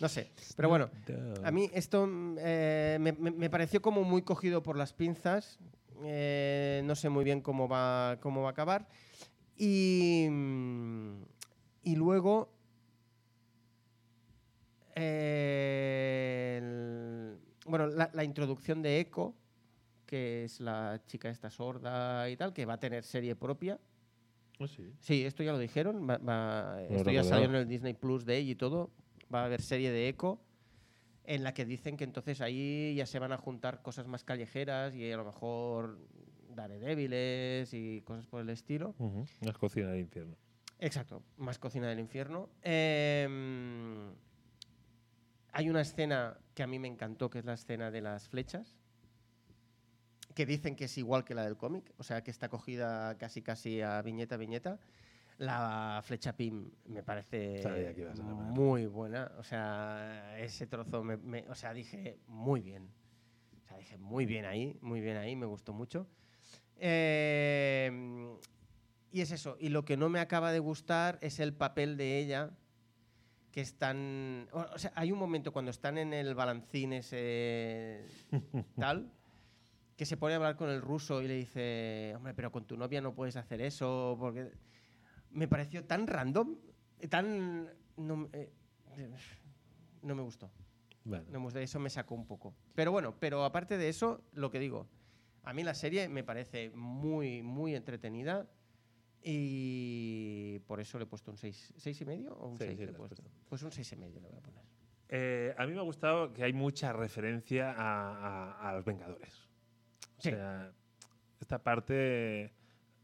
B: No sé. Pero bueno,
A: Dog.
B: A mí esto mm, eh, me, me- me pareció como muy cogido por las pinzas. Eh, no sé muy bien cómo va, cómo va a acabar. Y, mm, y luego. eh, el- bueno, la, la introducción de Echo, que es la chica esta sorda y tal, que va a tener serie propia.
A: Ah, sí.
B: Sí, esto ya lo dijeron. va- va-
A: Lo
B: esto ya salió en
A: recordará.
B: el Disney Plus de ella y todo. Va a haber serie de eco en la que dicen que entonces ahí ya se van a juntar cosas más callejeras y a lo mejor daredébiles y cosas por el estilo.
A: Ujú, Las cocina del infierno.
B: Exacto, más cocina del infierno. Em, hay una escena que a mí me encantó, que es la escena de las flechas, que dicen que es igual que la del cómic, o sea, que está cogida casi casi a viñeta a viñeta. La flecha Pim me parece
A: Sabía que ibas a nombrar.
B: muy buena, o sea, ese trozo, me- me- o sea, dije muy bien, o sea, dije muy bien ahí, muy bien ahí, me gustó mucho. Eh, y es eso. Y lo que no me acaba de gustar es el papel de ella, que están. O o sea, hay un momento cuando están en el balancín ese. tal. Que se pone a hablar con el ruso y le dice, hombre, pero con tu novia no puedes hacer eso, porque me pareció tan random, tan... No, eh, eh, no me gustó.
A: Bueno,
B: No me gusta, eso me sacó un poco. Pero bueno, pero aparte de eso, lo que digo, a mí la serie me parece muy, muy entretenida y por eso le he puesto un 6, ¿6 y medio o un
A: Sí,
B: 6?
A: sí,
B: le he
A: le has
B: puesto?
A: puesto.
B: Pues un 6 y medio le voy a poner.
A: Eh, a mí me ha gustado que hay mucha referencia a, a- a los Vengadores. O
B: Sí.
A: sea, esta parte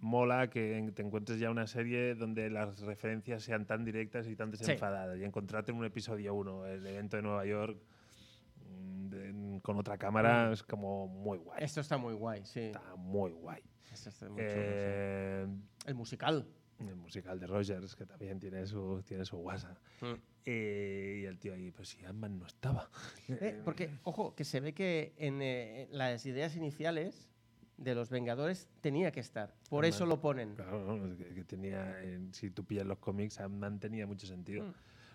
A: mola que en- te encuentres ya una serie donde las referencias sean tan directas y tan desenfadadas. Y encontrarte en un episodio 1, el evento de Nueva York, mm, de- con otra
B: Mm.
A: cámara, es como muy guay.
B: Esto está muy guay, sí.
A: Está muy guay.
B: Esto está muy chulo, sí.
A: Eh,
B: El musical.
A: el musical de Rogers, que también tiene su, tiene su guasa. Eh, y el tío ahí, pues si Ant-Man no estaba.
B: Eh, porque, ojo, que se ve que en eh, las ideas iniciales de los Vengadores tenía que estar. Por
A: Ant-Man.
B: eso lo ponen.
A: Claro, no, es que, que tenía, en- si tú pillas los cómics, Ant-Man tenía mucho sentido.
B: Mm.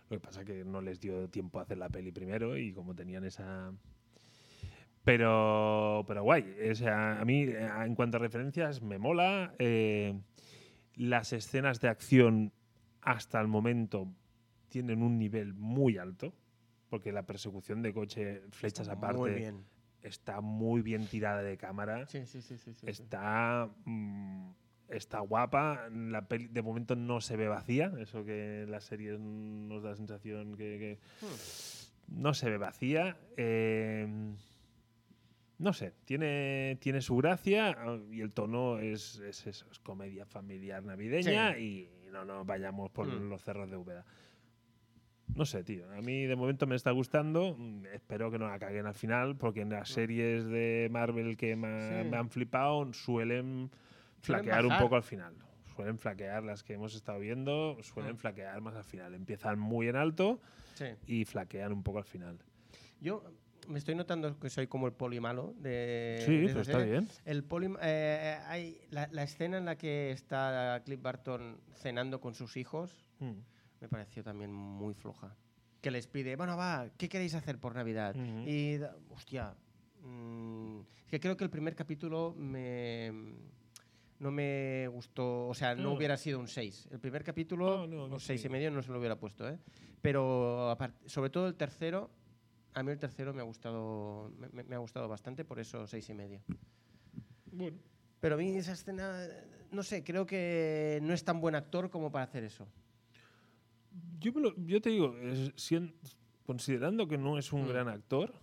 A: Lo que pasa que no les dio tiempo a hacer la peli primero y como tenían esa... Pero, pero guay, o sea, a mí eh, en cuanto a referencias me mola. eh, las escenas de acción hasta el momento tienen un nivel muy alto, porque la persecución de coche, flechas aparte,
B: Muy bien.
A: está muy bien tirada de cámara
B: Sí, sí, sí, sí. sí, sí.
A: está mm, está guapa la peli de momento no se ve vacía eso que en las series nos da la sensación que, que
B: Hmm.
A: no se ve vacía eh, no sé tiene tiene su gracia ah, y el tono es es, eso, es comedia familiar navideña y no nos vayamos por
B: Mm.
A: los cerros de Úbeda no sé, tío. A mí de momento me está gustando. Mm, Espero que no la caguen al final, porque en las series de Marvel que ma-
B: Sí.
A: me han flipado suelen flaquear un
B: bajar.
A: poco al final. Suelen flaquear las que hemos estado viendo, suelen
B: Mm.
A: flaquear más al final. Empiezan muy en alto
B: Sí.
A: y flaquean un poco al final.
B: Yo me estoy notando que soy como el poli malo de.
A: Sí,
B: de
A: pero
B: esta
A: está
B: serie.
A: bien.
B: El poli, eh, hay la, la escena en la que está Cliff Barton cenando con sus hijos
A: Mm.
B: me pareció también muy floja. Que les pide, bueno, va, ¿qué queréis hacer por Navidad?
A: Ujú.
B: Y, da- hostia, mm, es que creo que el primer capítulo me, no me gustó, o sea, no
A: Ah.
B: hubiera sido un 6. El primer
A: No,
B: capítulo,
A: no, no
B: un 6
A: sé.
B: y medio, no se lo hubiera puesto, ¿eh? Pero a par- sobre todo el tercero, a mí el tercero me ha gustado, me- me, me ha gustado bastante, por eso 6 y medio.
A: Bueno.
B: Pero a mí esa escena, no sé, creo que no es tan buen actor como para hacer eso.
A: Yo, me lo- yo te digo, es- sien- considerando que no es un
B: Mm.
A: gran actor,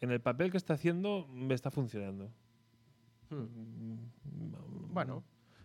A: en el papel que está haciendo me está funcionando.
B: Hmm.
A: Mm,
B: Bueno.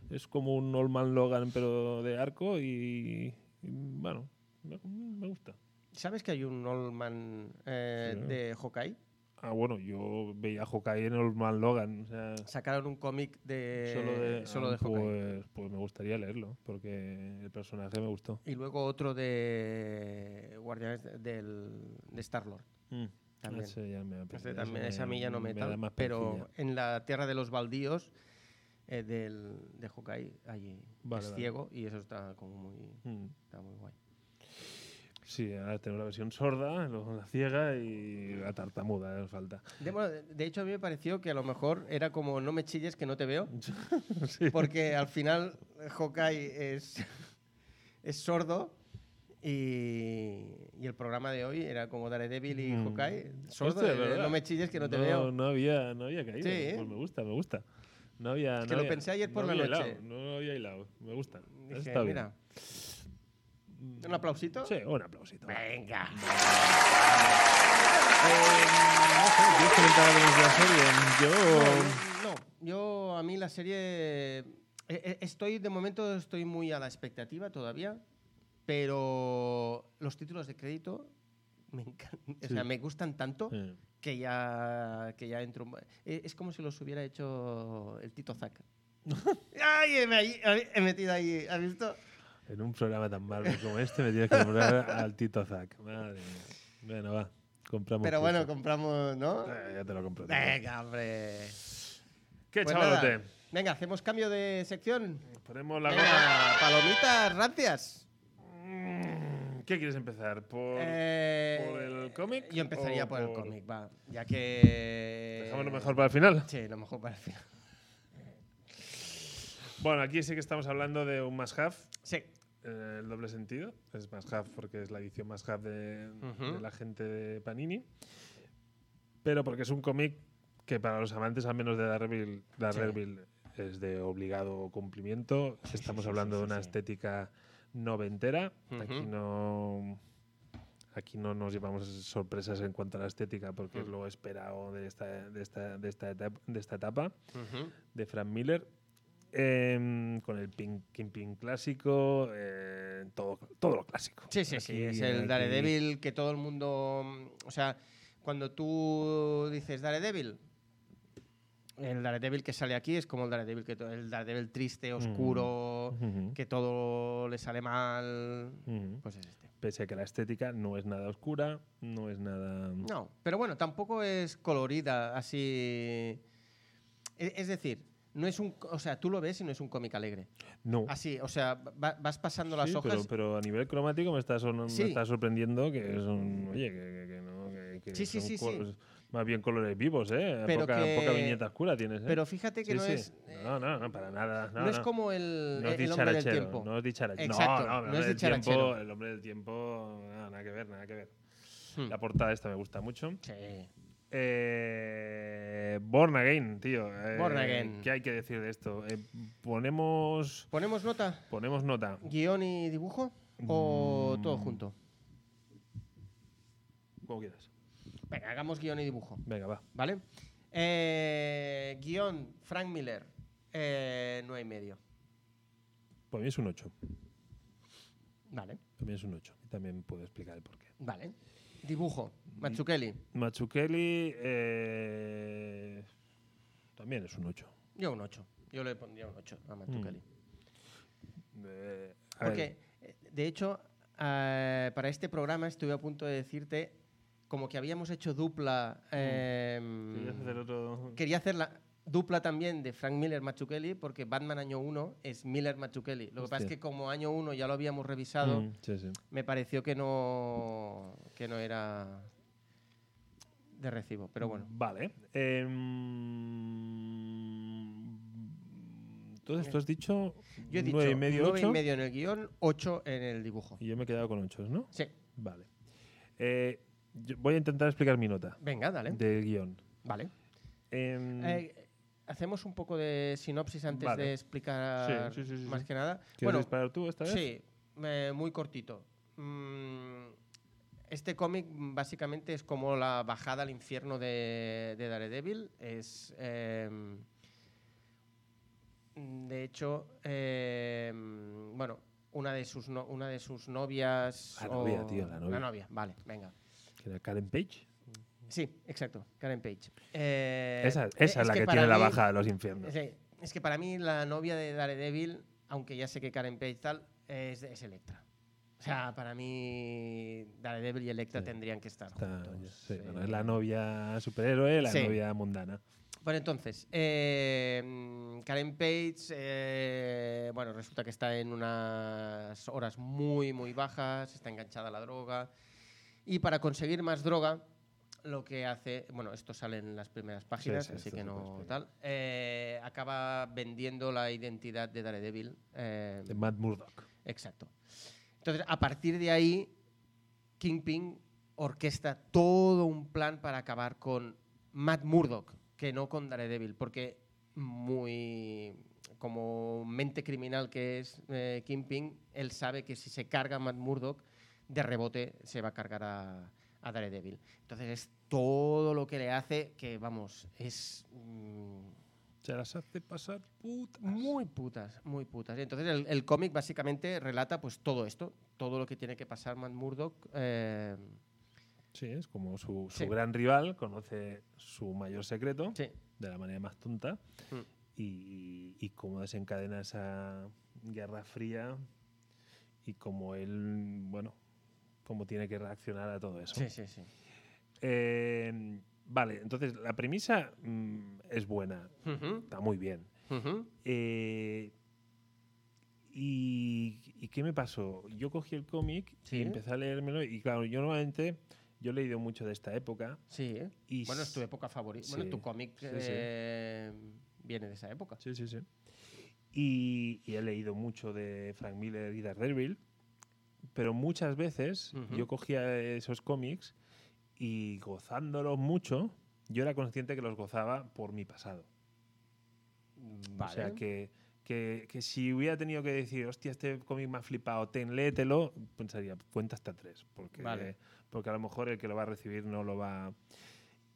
A: es como un Old Man Logan, pero de arco y, y, bueno, me, me gusta.
B: ¿Sabes que hay un Old Man eh,
A: Sí.
B: de Hawkeye?
A: Ah, bueno, yo veía a Hawkeye en Old Man Logan. o sea,
B: Sacaron un cómic de
A: solo de,
B: Eh, solo de
A: ah,
B: Hawkeye.
A: pues, pues me gustaría leerlo, porque el personaje me gustó.
B: Y luego otro de Guardianes de- del, de Star-Lord.
A: Mm,
B: También.
A: Ah, Ese ya me apetece,
B: Ese también,
A: me-
B: esa a mí ya no me,
A: da
B: tal,
A: más
B: Pero
A: percilla.
B: en la Tierra de los Baldíos eh, del, de Hawkeye, allí
A: Vale,
B: es
A: vale.
B: ciego y eso está como muy,
A: Mm.
B: está muy guay.
A: Sí, ahora tenemos la versión sorda, luego la ciega y la tartamuda, eh, falta. [LAUGHS]
B: De, bueno, de- de hecho, a mí me pareció que a lo mejor era como no me chilles que no te veo.
A: Sí.
B: Porque al final Hawkeye es, es sordo y, y el programa de hoy era como Daredevil y
A: Mm.
B: Hawkeye. Sordo,
A: Hostia,
B: eh,
A: ¿verdad?
B: no me chilles que no te veo.
A: No había, no había caído.
B: Sí, ¿eh?
A: Pues me gusta, me gusta. No había,
B: Es que
A: no
B: lo
A: había-
B: pensé ayer por
A: no
B: la
A: había
B: noche.
A: hilado, no había hilado. Me gusta.
B: Dije,
A: Está bien.
B: mira, ¿un aplausito?
A: Sí, un aplausito.
B: Venga.
A: ¿Quieres comentar algo más de la serie? Yo...
B: No, no, yo a mí la serie... eh, eh, Estoy, de momento estoy muy a la expectativa todavía, pero los títulos de crédito me encantan, o
A: Sí.
B: sea, me gustan tanto.
A: Eh,
B: que ya, que ya entro. eh, Es como si los hubiera hecho el
A: [LAUGHS]
B: Tito Zac. ¡Ay! Me, ahí- ahí- he metido ahí. ¿Has visto?
A: En un programa tan malo como este me tienes que comprar al Tito Zac. Madre mía. Bueno, va. Compramos.
B: Pero bueno,
A: pulso.
B: compramos, ¿no?
A: Eh, ya te lo compro.
B: Venga, hombre.
A: ¿Qué
B: Pues
A: chavalote?
B: nada, Venga, hacemos cambio de sección.
A: Ponemos la goma.
B: Venga, palomitas rancias.
A: ¿Qué quieres empezar? ¿Por,
B: Eh,
A: por el cómic
B: Yo empezaría
A: o
B: por, el
A: por-
B: cómic, va. Ya que.
A: Dejamos lo mejor para el final.
B: Sí, lo mejor para el final.
A: Bueno, aquí sí que estamos hablando de un must have,
B: Sí.
A: eh, el doble sentido. Es must have porque es la edición must have de,
B: Ujú.
A: de la gente de Panini. Pero porque es un cómic que para los amantes, al menos de Daredevil, Daredevil es de obligado cumplimiento. Estamos
B: sí,
A: hablando
B: sí,
A: de
B: sí,
A: una
B: sí.
A: estética noventera. Aquí
B: Ujú.
A: no. Aquí no nos llevamos sorpresas en cuanto a la estética, porque es
B: Mm.
A: lo esperado de esta, de esta, de esta etapa- de esta etapa
B: Ujú.
A: de Frank Miller. em, con el Pin- Kingpin clásico, eh, todo, todo lo clásico.
B: Sí, sí, sí.
A: Aquí-
B: Es el
A: aquí-
B: Daredevil que todo el mundo. mm, O sea, cuando tú dices Daredevil, el Daredevil que sale aquí es como el Daredevil, que to- el Daredevil triste, oscuro,
A: Mm. Ujú. Mm.
B: que todo le sale mal.
A: Ujú.
B: Pues es este.
A: Pese a que la estética no es nada oscura, no es nada.
B: No, pero bueno, tampoco es colorida, así. E- Es decir, no es un, o sea, tú lo ves y no es un cómic alegre.
A: No.
B: Así, o sea, va- vas pasando las
A: Sí, pero,
B: hojas.
A: pero a nivel cromático me está, son- me
B: Sí. Mm.
A: está sorprendiendo que es un. Oye, que, que- que no. Que, que
B: Sí, sí,
A: son
B: sí, sí.
A: col- Más bien colores vivos, ¿eh?
B: Pero
A: poca,
B: que-
A: poca viñeta oscura tienes, ¿eh?
B: Pero fíjate que
A: Sí,
B: no
A: sí.
B: es.
A: No, no, no, para nada. No,
B: no es
A: no.
B: como el,
A: No es
B: el hombre del
A: dicharachero,
B: tiempo.
A: No es dicharachero. no, no,
B: Exacto,
A: el
B: no
A: hombre
B: es
A: del tiempo-
B: dicharachero.
A: el hombre del tiempo, no, nada que ver, nada que ver.
B: Hmm.
A: La portada esta me gusta mucho.
B: Sí.
A: Eh, Born Again, tío. eh,
B: Born Again.
A: ¿Qué hay que decir de esto? Eh, ponemos,
B: ¿Ponemos nota?
A: ponemos nota.
B: ¿Guión y dibujo? ¿O
A: Mm.
B: todo junto?
A: Como quieras.
B: Venga, hagamos guión y dibujo,
A: Venga, va.
B: ¿vale? Eh, guión, Frank Miller, eh, nueve y medio.
A: Para mí es un 8.
B: Vale,
A: Para mí es un 8. Y también puedo explicar el porqué.
B: vale. Dibujo, Matsukeli,
A: Machukeli eh, también es un 8.
B: yo un 8. Yo le pondría un 8 a Matsukeli.
A: Eh, Mm. a ver,
B: Porque, eh, de hecho, eh, para este programa estuve a punto de decirte como que habíamos hecho dupla...
A: Mm.
B: em,
A: ¿querías hacer otro?
B: Quería hacer la dupla también de Frank Miller Machukeli, porque Batman año 1 es Miller Machukeli. Lo que pasa es
A: Hostia.
B: que como año 1 ya lo habíamos revisado,
A: Mm, sí, sí.
B: me pareció que no, que no era de recibo. Pero Ah, bueno,
A: Vale. Em, entonces tú has dicho
B: yo he dicho
A: nueve y medio,
B: 9
A: ocho,
B: y medio en el guión, 8 en el dibujo.
A: y yo me he quedado con 8, ¿no?
B: Sí,
A: Vale. Eh, yo voy a intentar explicar mi nota
B: venga, dale.
A: del guión.
B: Vale.
A: Em,
B: Eh, Hacemos un poco de sinopsis antes
A: Vale.
B: de explicar
A: Sí, sí, sí, sí,
B: más
A: sí.
B: que nada.
A: ¿Quieres
B: Bueno,
A: disparar tú esta vez?
B: Sí, eh, muy cortito. Mm, este cómic mm, básicamente es como la bajada al infierno de, de Daredevil. Es. em, de hecho, em, bueno, una de sus, no- una de sus novias.
A: La novia, tío, la novia.
B: vale, venga.
A: ¿Que era Karen Page?
B: Sí, exacto, Karen Page. Eh,
A: esa esa es la
B: que
A: que,
B: para
A: tiene la
B: mí-
A: baja de los infiernos.
B: Sí, es que para mí la novia de Daredevil, aunque ya sé que Karen Page tal, es, es Electra. O sea, para mí Daredevil y Electra
A: Sí.
B: tendrían que estar
A: Está-
B: juntos.
A: sí,
B: Eh,
A: bueno, es la novia superhéroe, la
B: Sí.
A: novia mundana.
B: Bueno, entonces, eh, mm, Karen Page, eh, bueno, resulta que está en unas horas muy, muy bajas, está enganchada a la droga. Y para conseguir más droga, lo que hace, bueno, esto sale en las primeras páginas,
A: sí,
B: así
A: esto
B: que
A: se puede
B: no
A: explicar.
B: tal, eh, acaba vendiendo la identidad de Daredevil. eh,
A: De Matt Murdock.
B: Exacto. Entonces, a partir de ahí, Kingpin orquesta todo un plan para acabar con Matt Murdock, que no con Daredevil, porque muy como mente criminal que es eh, Kingpin, él sabe que si se carga a Matt Murdock, de rebote se va a cargar a, a Daredevil. Entonces es todo lo que le hace que, vamos, es... mm,
A: Se las hace pasar puta.
B: muy putas, muy putas. Y Entonces el, el cómic básicamente relata pues todo esto, todo lo que tiene que pasar Matt Murdock. eh,
A: Sí, es como su, su
B: Sí.
A: gran rival, conoce su mayor secreto
B: sí,
A: de la manera más tonta
B: Mm.
A: y, y cómo desencadena esa guerra fría y cómo él, bueno, cómo tiene que reaccionar a todo eso.
B: sí, sí, sí.
A: Eh, vale, entonces la premisa mm, es buena,
B: Ujú,
A: está muy bien.
B: ujú.
A: Eh, y, y qué me pasó? Yo cogí el cómic
B: Sí.
A: y empecé a leérmelo y claro, yo normalmente, yo he leído mucho de esta época.
B: Sí, ¿eh?
A: Y
B: Bueno, es tu
A: s-
B: época favorita.
A: sí,
B: Bueno, tu cómic
A: sí, sí.
B: eh, viene de esa época.
A: Sí, sí, sí. Y, y he leído mucho de Frank Miller y Daredevil, pero muchas veces
B: Ujú.
A: yo cogía esos cómics y gozándolos mucho, yo era consciente que los gozaba por mi pasado.
B: Vale.
A: O sea, que, que, que si hubiera tenido que decir, hostia, este cómic me ha flipado, ten, léetelo, pensaría, cuenta hasta tres, porque,
B: Vale.
A: porque a lo mejor el que lo va a recibir no lo va...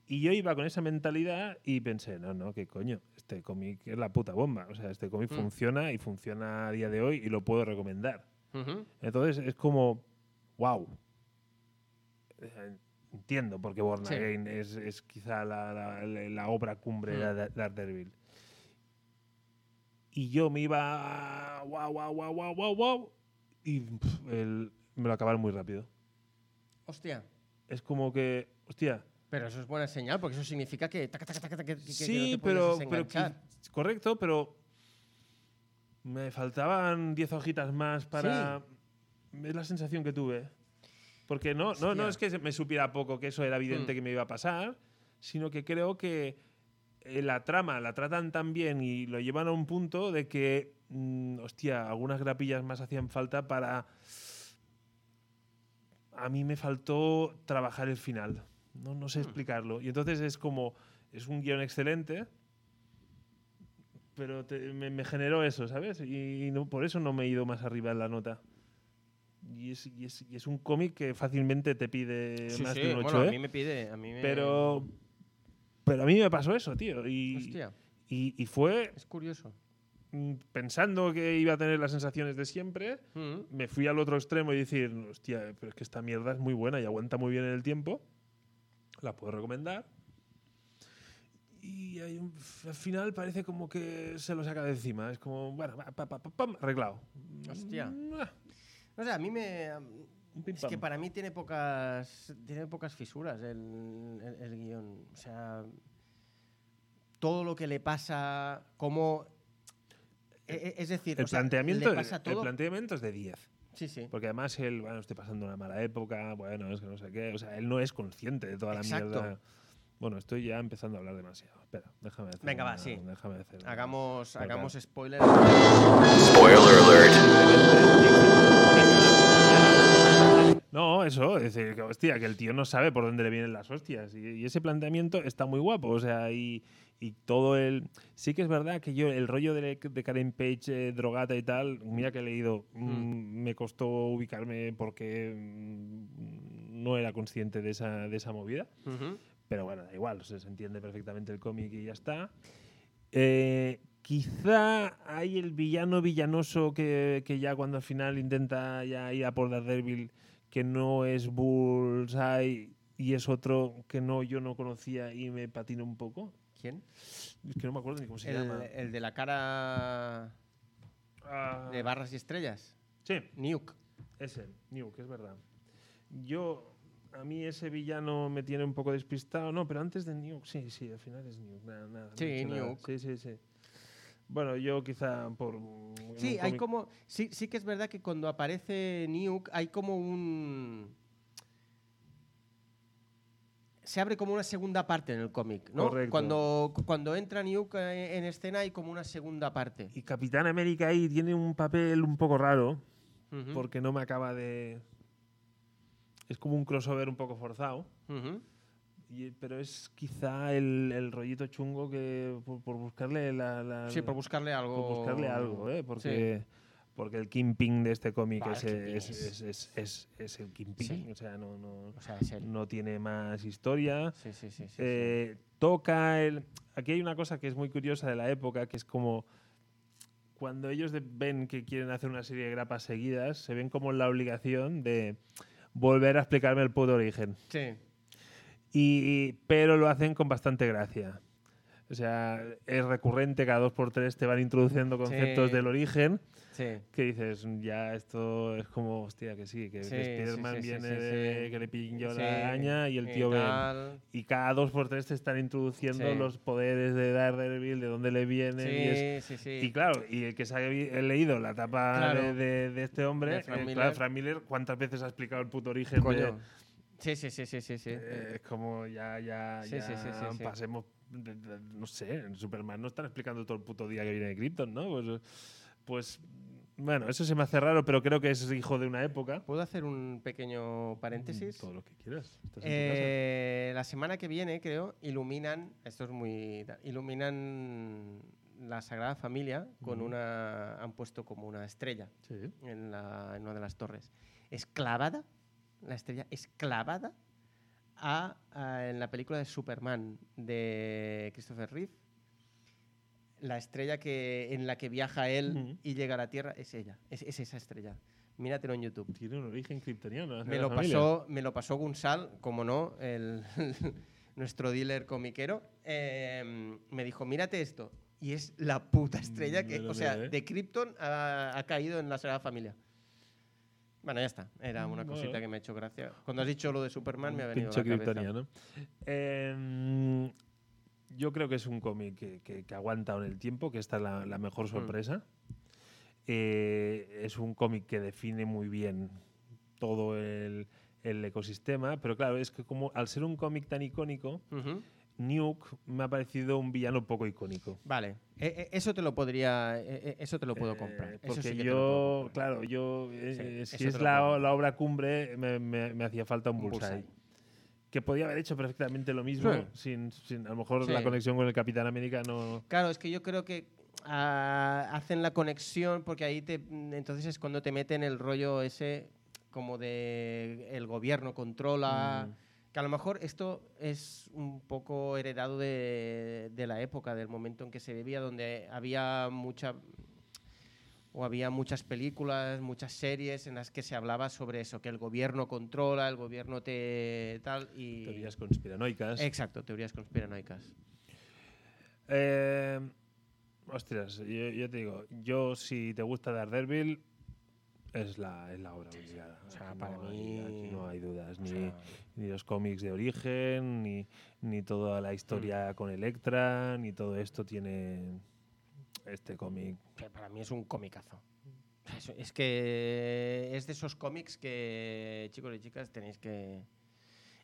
A: Y yo iba con esa mentalidad y pensé, no, no, qué coño, este cómic es la puta bomba. O sea, este cómic
B: Mm.
A: funciona y funciona a día de hoy y lo puedo recomendar.
B: Ujú.
A: Entonces es como, wow. Eh, entiendo por qué Born
B: Sí.
A: Again es, es quizá la, la- la- la obra
B: Mm.
A: cumbre de de Daredevil. Y yo me iba a- guau, guau, guau, guau, guau, guau, y pf, el- me lo acabaron muy rápido.
B: Hostia.
A: Es como que, hostia,
B: Pero eso es buena señal, porque eso significa que. taca, taca, taca, taca, que- que- que no
A: sí,
B: te
A: pero,
B: pudieses
A: pero
B: enganchar.
A: quiz- correcto, pero me faltaban 10 hojitas más para es la sensación que tuve. Porque no, no, no
B: Hostia.
A: es que se- me supiera poco que eso era evidente
B: Hmm.
A: que me iba a pasar, sino que creo que eh, la trama la tratan tan bien y lo llevan a un punto de que, mm, hostia, algunas grapillas más hacían falta para... A mí me faltó trabajar el final. No, no sé
B: Hmm.
A: explicarlo. Y entonces es como, es un guión excelente, pero te- me, me generó eso, ¿sabes? Y, no, por eso no me he ido más arriba en la nota. Y es, y es- y es un cómic que fácilmente te pide
B: Sí,
A: más
B: sí,
A: de un 8,
B: bueno,
A: ¿eh?
B: a mí me pide. A mí me...
A: Pero, pero a mí me pasó eso, tío. Y,
B: Hostia,
A: y, y fue
B: es curioso.
A: mm, pensando que iba a tener las sensaciones de siempre.
B: Mm.
A: Me fui al otro extremo y decir, hostia, pero es que esta mierda es muy buena y aguanta muy bien en el tiempo. La puedo recomendar. Y hay un- al final parece como que se lo saca de encima. Es como, bueno, va, pa, pa, pa, pam, arreglado.
B: Hostia.
A: Mua,
B: O sea, a mí me.
A: Un pim
B: Es que
A: pam.
B: para mí tiene pocas, tiene pocas fisuras el, el- el guión. O sea, todo lo que le pasa, como. e- e- Es decir,
A: El,
B: o sea,
A: planteamiento,
B: le
A: es-
B: pasa
A: el
B: todo.
A: planteamiento es de 10.
B: sí, sí.
A: Porque además él, bueno, estoy pasando una mala época, bueno, es que no sé qué. O sea, él no es consciente de toda la
B: Exacto.
A: mierda. Bueno, estoy ya empezando a hablar demasiado. Espera, déjame hacer.
B: Venga, va,
A: una-
B: sí.
A: Déjame hacer. una-
B: Hagamos,
A: Total.
B: hagamos spoiler.
D: Spoiler alert.
A: No, eso, es decir, que hostia, que el tío no sabe por dónde le vienen las hostias. Y, y ese planteamiento está muy guapo, o sea, y, y todo el. Sí que es verdad que yo, el rollo de, de Karen Page eh, drogata y tal, mira que he leído, mm, me costó ubicarme porque mm, no era consciente de esa, de esa movida.
B: Ujú.
A: Pero bueno, da igual, o sea, se entiende perfectamente el cómic y ya está. Eh, quizá hay el villano villanoso que, que ya cuando al final intenta ya ir a por Daredevil, que no es Bullseye y es otro que no yo no conocía y me patina un poco.
B: ¿Quién?
A: Es que no me acuerdo ni cómo se
B: El,
A: llama.
B: el de la cara
A: Ah,
B: de barras y estrellas.
A: sí,
B: Nuke.
A: ese, New, que es verdad. Yo, a mí ese villano me tiene un poco despistado. No, pero antes de New, sí, sí, al final es New. Nada, nada, no
B: Sí,
A: he hecho nada.
B: Nuke.
A: Sí, sí, sí. Bueno, yo quizá por. un-
B: Sí,
A: un
B: hay
A: cómic-
B: como. Sí, sí que es verdad que cuando aparece Nuke hay como un. Se abre como una segunda parte en el cómic, ¿no?
A: Correcto.
B: Cuando, cu- cuando entra Nuke eh, en escena hay como una segunda parte.
A: Y Capitán América ahí tiene un papel un poco raro,
B: Ujú,
A: porque no me acaba de. Es como un crossover un poco forzado.
B: ujú.
A: y- pero es quizá el, el rollito chungo que. Por, por buscarle la. la-
B: Sí, por buscarle algo.
A: por buscarle algo, ¿eh? Porque, porque el Kingpin de este cómic
B: Bah,
A: es,
B: el Kingpin
A: es,
B: es-
A: es, es- es- es el Kingpin.
B: Sí.
A: O sea, no, no,
B: Sí. O sea, es él.
A: no tiene más historia.
B: Sí, sí, sí. sí, sí.
A: Eh, Toca el. Aquí hay una cosa que es muy curiosa de la época, que es como. Cuando ellos de- ven que quieren hacer una serie de grapas seguidas, se ven como en la obligación de volver a explicarme el puto origen.
B: Sí.
A: Y, pero lo hacen con bastante gracia. O sea, es recurrente, cada dos por tres te van introduciendo conceptos
B: Sí.
A: del origen
B: Sí.
A: que dices, ya esto es como, hostia, que sí, que, que
B: Sí, sí,
A: Spiderman
B: sí, sí,
A: viene
B: sí,
A: de
B: sí.
A: que le pilló
B: Sí,
A: la araña y el tío Ben.
B: tal.
A: Y cada dos por tres te están introduciendo
B: Sí.
A: los poderes de Daredevil, de dónde le vienen. Y, es-
B: Sí, sí, sí.
A: y claro, y el que se ha vi- he leído la tapa
B: Claro.
A: de, de- de este hombre,
B: De Frank
A: eh, claro,
B: Miller.
A: Frank Miller, ¿cuántas veces ha explicado el puto origen de-
B: Coño. Sí, sí, sí, sí, sí. sí.
A: eh, es como ya, ya,
B: Sí,
A: ya
B: sí, sí, sí, sí.
A: pasemos. de- de- No sé, en Superman no están explicando todo el puto día que viene de Krypton, ¿no? Pues, pues, bueno, eso se me hace raro, pero creo que es hijo de una época. Mm,
B: ¿Puedo hacer un pequeño paréntesis?
A: Todo lo que quieras. Estás pues, en tu
B: Eh, la semana que viene, creo, iluminan, esto es muy, da- iluminan la Sagrada Familia con
A: Ujú.
B: una, han puesto como una estrella
A: casa. Sí.
B: en, la- en una de las torres. Es clavada, la estrella es clavada a, a- en la película de Superman de Christopher Reeve. La estrella que, en la que viaja él
A: Ujú.
B: y llega a la Tierra es ella, es, es esa estrella. Míratelo en YouTube.
A: Tiene un origen kriptoniano.
B: Me
A: la
B: lo,
A: familia.
B: pasó, me lo pasó Gunsal, como no, el- [LAUGHS] nuestro dealer comiquero. eh, me dijo, mírate esto. Y es la puta estrella que,
A: Me Mm, lo
B: o sea,
A: miraré.
B: de Krypton ha, ha caído en la Sagrada Familia. Bueno, ya está. Era una
A: Mm,
B: cosita
A: bueno.
B: que me ha hecho gracia. Cuando has dicho lo de Superman me ha venido a
A: Pincho
B: la cabeza.
A: kryptoniano. Eh, yo creo que es un cómic que, que- que aguanta en el tiempo, que esta es la, la
B: Mm.
A: mejor sorpresa. Eh, es un cómic que define muy bien todo el, el ecosistema, pero claro, es que como al ser un cómic tan icónico,
B: Ujú.
A: Nuke me ha parecido un villano poco icónico.
B: Vale. Eh, eh, eso te lo podría, eh, eh, eso te lo puedo
A: Eh,
B: comprar. Eso
A: Porque
B: sí que te lo puedo
A: yo,
B: comprar.
A: claro, yo, eh,
B: Sí,
A: eh,
B: eso
A: si
B: te
A: es
B: lo
A: la,
B: compro.
A: la obra cumbre, me, me- me hacía falta un,
B: Un
A: bullseye.
B: bullseye.
A: Que podía haber hecho perfectamente lo mismo,
B: Sí.
A: sin, sin- a lo mejor
B: Sí.
A: la conexión con el Capitán América no.
B: Claro, es que yo creo que ah, hacen la conexión porque ahí te, mm, entonces es cuando te meten el rollo ese como de el gobierno controla.
A: Mm.
B: Que a lo mejor esto es un poco heredado de, de la época, del momento en que se vivía, donde había mucha o había muchas películas, muchas series en las que se hablaba sobre eso, que el gobierno controla, el gobierno te tal y
A: Teorías conspiranoicas.
B: exacto, teorías conspiranoicas.
A: Eh, ostras, yo, yo te digo, yo si te gusta Daredevil, es la, es la obra obligada. O sea,
B: para
A: no Hay,
B: mí-
A: aquí no hay dudas, ni,
B: sea-
A: ni los cómics de origen, ni, ni toda la historia con Electra, ni todo esto tiene este cómic.
B: que para mí es un comicazo. Es, es que es de esos cómics que, chicos y chicas, tenéis que...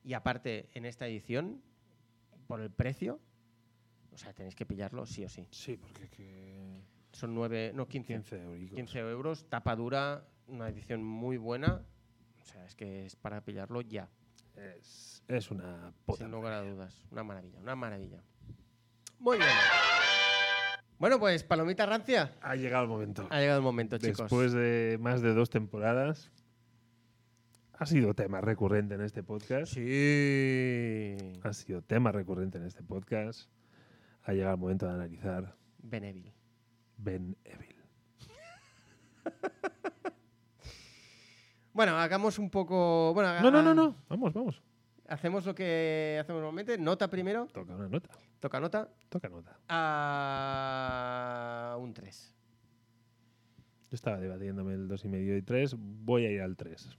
B: Y aparte, en esta edición, por el precio, o sea, tenéis que pillarlo sí o sí.
A: Sí, porque que
B: Son nueve, no, 15, 15,
A: 15 euros.
B: euros, tapa dura, una edición muy buena. O sea, es que es para pillarlo ya,
A: Es, es una puta.
B: sin lugar a dudas. Una maravilla, una maravilla. Muy bien. Bueno, pues, Palomita Rancia,
A: Ha llegado el momento.
B: ha llegado el momento, Ah, chicos.
A: Después de más de dos temporadas, ha sido tema recurrente en este podcast.
B: Sí.
A: ha sido tema recurrente en este podcast. Ha llegado el momento de analizar
B: Benevil.
A: Ben Evil.
B: Bueno, hagamos un poco. Bueno, haga-
A: No, no, no, no. Vamos, vamos.
B: Hacemos lo que hacemos normalmente. Nota primero,
A: Toca una nota.
B: toca nota.
A: Toca nota.
B: A un 3.
A: Yo estaba debatiéndome el 2,5 y 3. Voy a ir al 3.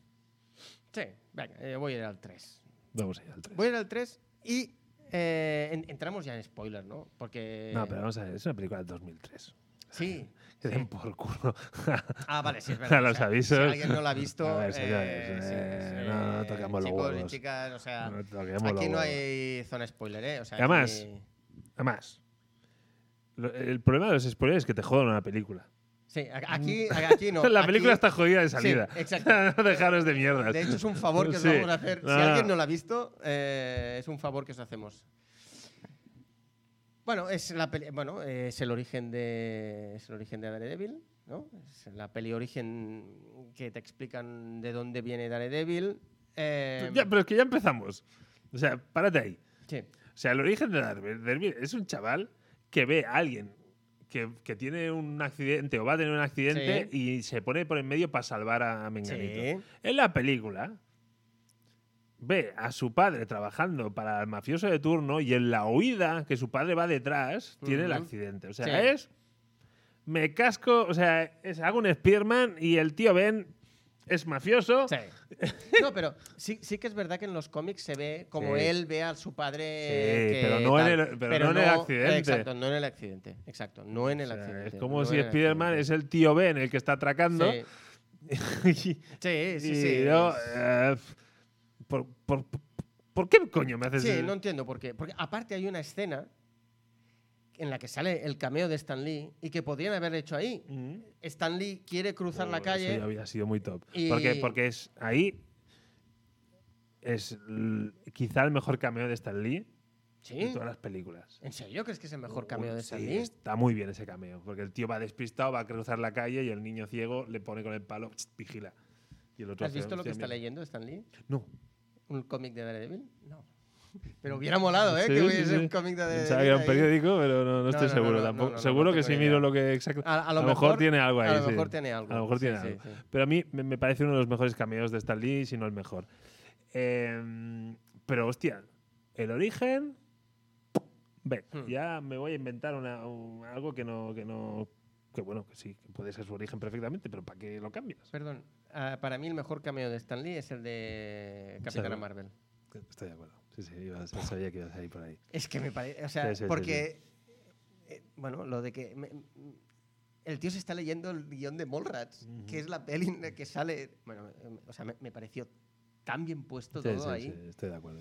B: Sí, venga, eh, voy a ir al 3.
A: Vamos a ir al 3.
B: Voy a ir al 3 y eh, en- entramos ya en spoiler, ¿no? Porque.
A: No, pero vamos a ver. Es una película del 2003.
B: Sí.
A: Que den por culo.
B: Ah, vale, sí, es verdad.
A: A los
B: O sea,
A: avisos.
B: Si alguien no la ha visto.
A: [LAUGHS] A ver,
B: eh,
A: señores,
B: sí,
A: eh,
B: sí,
A: no, no toquemos los
B: Chicos y
A: huevos.
B: chicas, o
A: [LAUGHS]
B: sea.
A: No toquemos los
B: aquí no
A: huevos.
B: hay zona spoiler, ¿eh? O sea,
A: Y además,
B: aquí-
A: Además, lo- el problema de los spoilers es que te jodan una película.
B: Sí, a- aquí,
A: [LAUGHS]
B: aquí no.
A: Mm. la
B: aquí-
A: película está jodida de
B: Sí,
A: salida. [LAUGHS]
B: exacto.
A: no dejaros de mierdas.
B: De hecho, es un favor que os
A: Sí. Ah.
B: vamos a hacer.
A: No,
B: Si
A: no.
B: alguien no la ha visto, eh, es un favor que os hacemos. Bueno, es, la peli- bueno, eh, es el origen de es el origen de Daredevil, ¿no? Es la peli origen que te explican de dónde viene Daredevil. eh,
A: Ya, pero es que ya empezamos. O sea, párate ahí.
B: sí,
A: O sea, el origen de Daredevil es un chaval que ve a alguien que, que tiene un accidente o va a tener un accidente y se pone por en medio para salvar a a Menganito.
B: Sí.
A: En la película ve a su padre trabajando para el mafioso de turno y en la huida que su padre va detrás tiene el
B: Ujú.
A: accidente. O sea,
B: Sí.
A: es me casco, o sea, es, hago un Spearman y el tío Ben es mafioso.
B: sí. [LAUGHS] No, pero sí, sí que es verdad que en los cómics se ve como
A: Sí.
B: él ve a su padre.
A: Sí,
B: que
A: pero no en
B: tal,
A: el- pero no en el accidente.
B: Exacto, no en el accidente. Exacto, no en el
A: O sea,
B: accidente.
A: es como
B: no
A: si
B: en el
A: Spider-Man
B: accidente.
A: es el tío Ben el que está atracando.
B: Sí.
A: [LAUGHS] y-
B: Sí, sí,
A: y
B: sí.
A: yo,
B: es-
A: eh, f- por, por- por qué coño me haces
B: Sí,
A: eso?
B: no entiendo por qué. Porque aparte hay una escena en la que sale el cameo de Stan Lee y que podrían haber hecho ahí.
A: Mm.
B: Stan Lee quiere cruzar
A: Oh,
B: la calle.
A: Eso ya había sido muy top.
B: y-
A: Porque, porque es ahí. Es l- quizá el mejor cameo de Stan Lee
B: ¿Sí?
A: en todas las películas.
B: ¿En serio crees que es el mejor cameo
A: Un-
B: de Stan
A: sí,
B: Lee?
A: Está muy bien ese cameo. Porque el tío va despistado, va a cruzar la calle y el niño ciego le pone con el palo, vigila. Y el otro
B: ¿Has
A: hace,
B: visto lo que
A: "Hostia,
B: está
A: mira".
B: leyendo Stan Lee?
A: No,
B: ¿Un cómic de Daredevil? No. [LAUGHS] Pero hubiera molado, ¿eh?
A: Sí,
B: que
A: sí,
B: hubiese
A: sí.
B: un cómic de.
A: Pensaba que era un
B: ahí.
A: periódico, pero no, no estoy
B: no, no,
A: seguro
B: no,
A: tampoco.
B: no, no,
A: seguro
B: no
A: que
B: tengo
A: si
B: ni idea.
A: miro lo que exacto.
B: A, a
A: lo mejor tiene algo ahí,
B: A lo
A: sí.
B: mejor tiene algo.
A: A lo mejor
B: sí,
A: tiene
B: sí,
A: algo.
B: sí.
A: Pero a mí me, me parece uno de los mejores cameos de Stan Lee, si no el mejor. Eh, pero hostia, el origen. Ve,
B: Hmm.
A: ya me voy a inventar una- un- algo que no, que no. Que bueno, que sí, que puede ser su origen perfectamente, pero ¿para qué lo cambias?
B: Perdón. ah, para mí el mejor cameo de Stan Lee es el de Capitana
A: Claro.
B: Marvel.
A: Estoy de acuerdo. Sí, sí, ibas- sabía que ibas a ir por ahí.
B: Es que me parece. O sea,
A: Sí, sí, sí,
B: porque. eh, bueno, lo de que. me- m- el tío se está leyendo el guión de Mallrats, que es la peli en la que sale. Bueno, eh, o sea, me, me pareció tan bien puesto
A: Sí,
B: todo
A: sí,
B: ahí.
A: sí, estoy de acuerdo.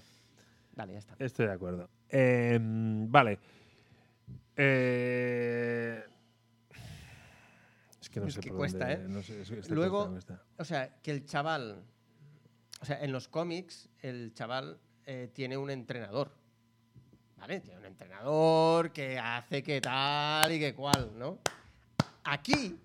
B: Vale, ya está.
A: Estoy de acuerdo. Em, vale. Eh, es que no
B: Es
A: sé
B: que
A: por
B: cuesta,
A: dónde-
B: ¿eh?
A: no sé, es que esta
B: Luego-
A: cuesta, cuesta.
B: O sea, que el chaval. O sea, en los cómics, el chaval eh, tiene un entrenador. ¿Vale? Tiene un entrenador que hace que tal y que cual, ¿no? Aquí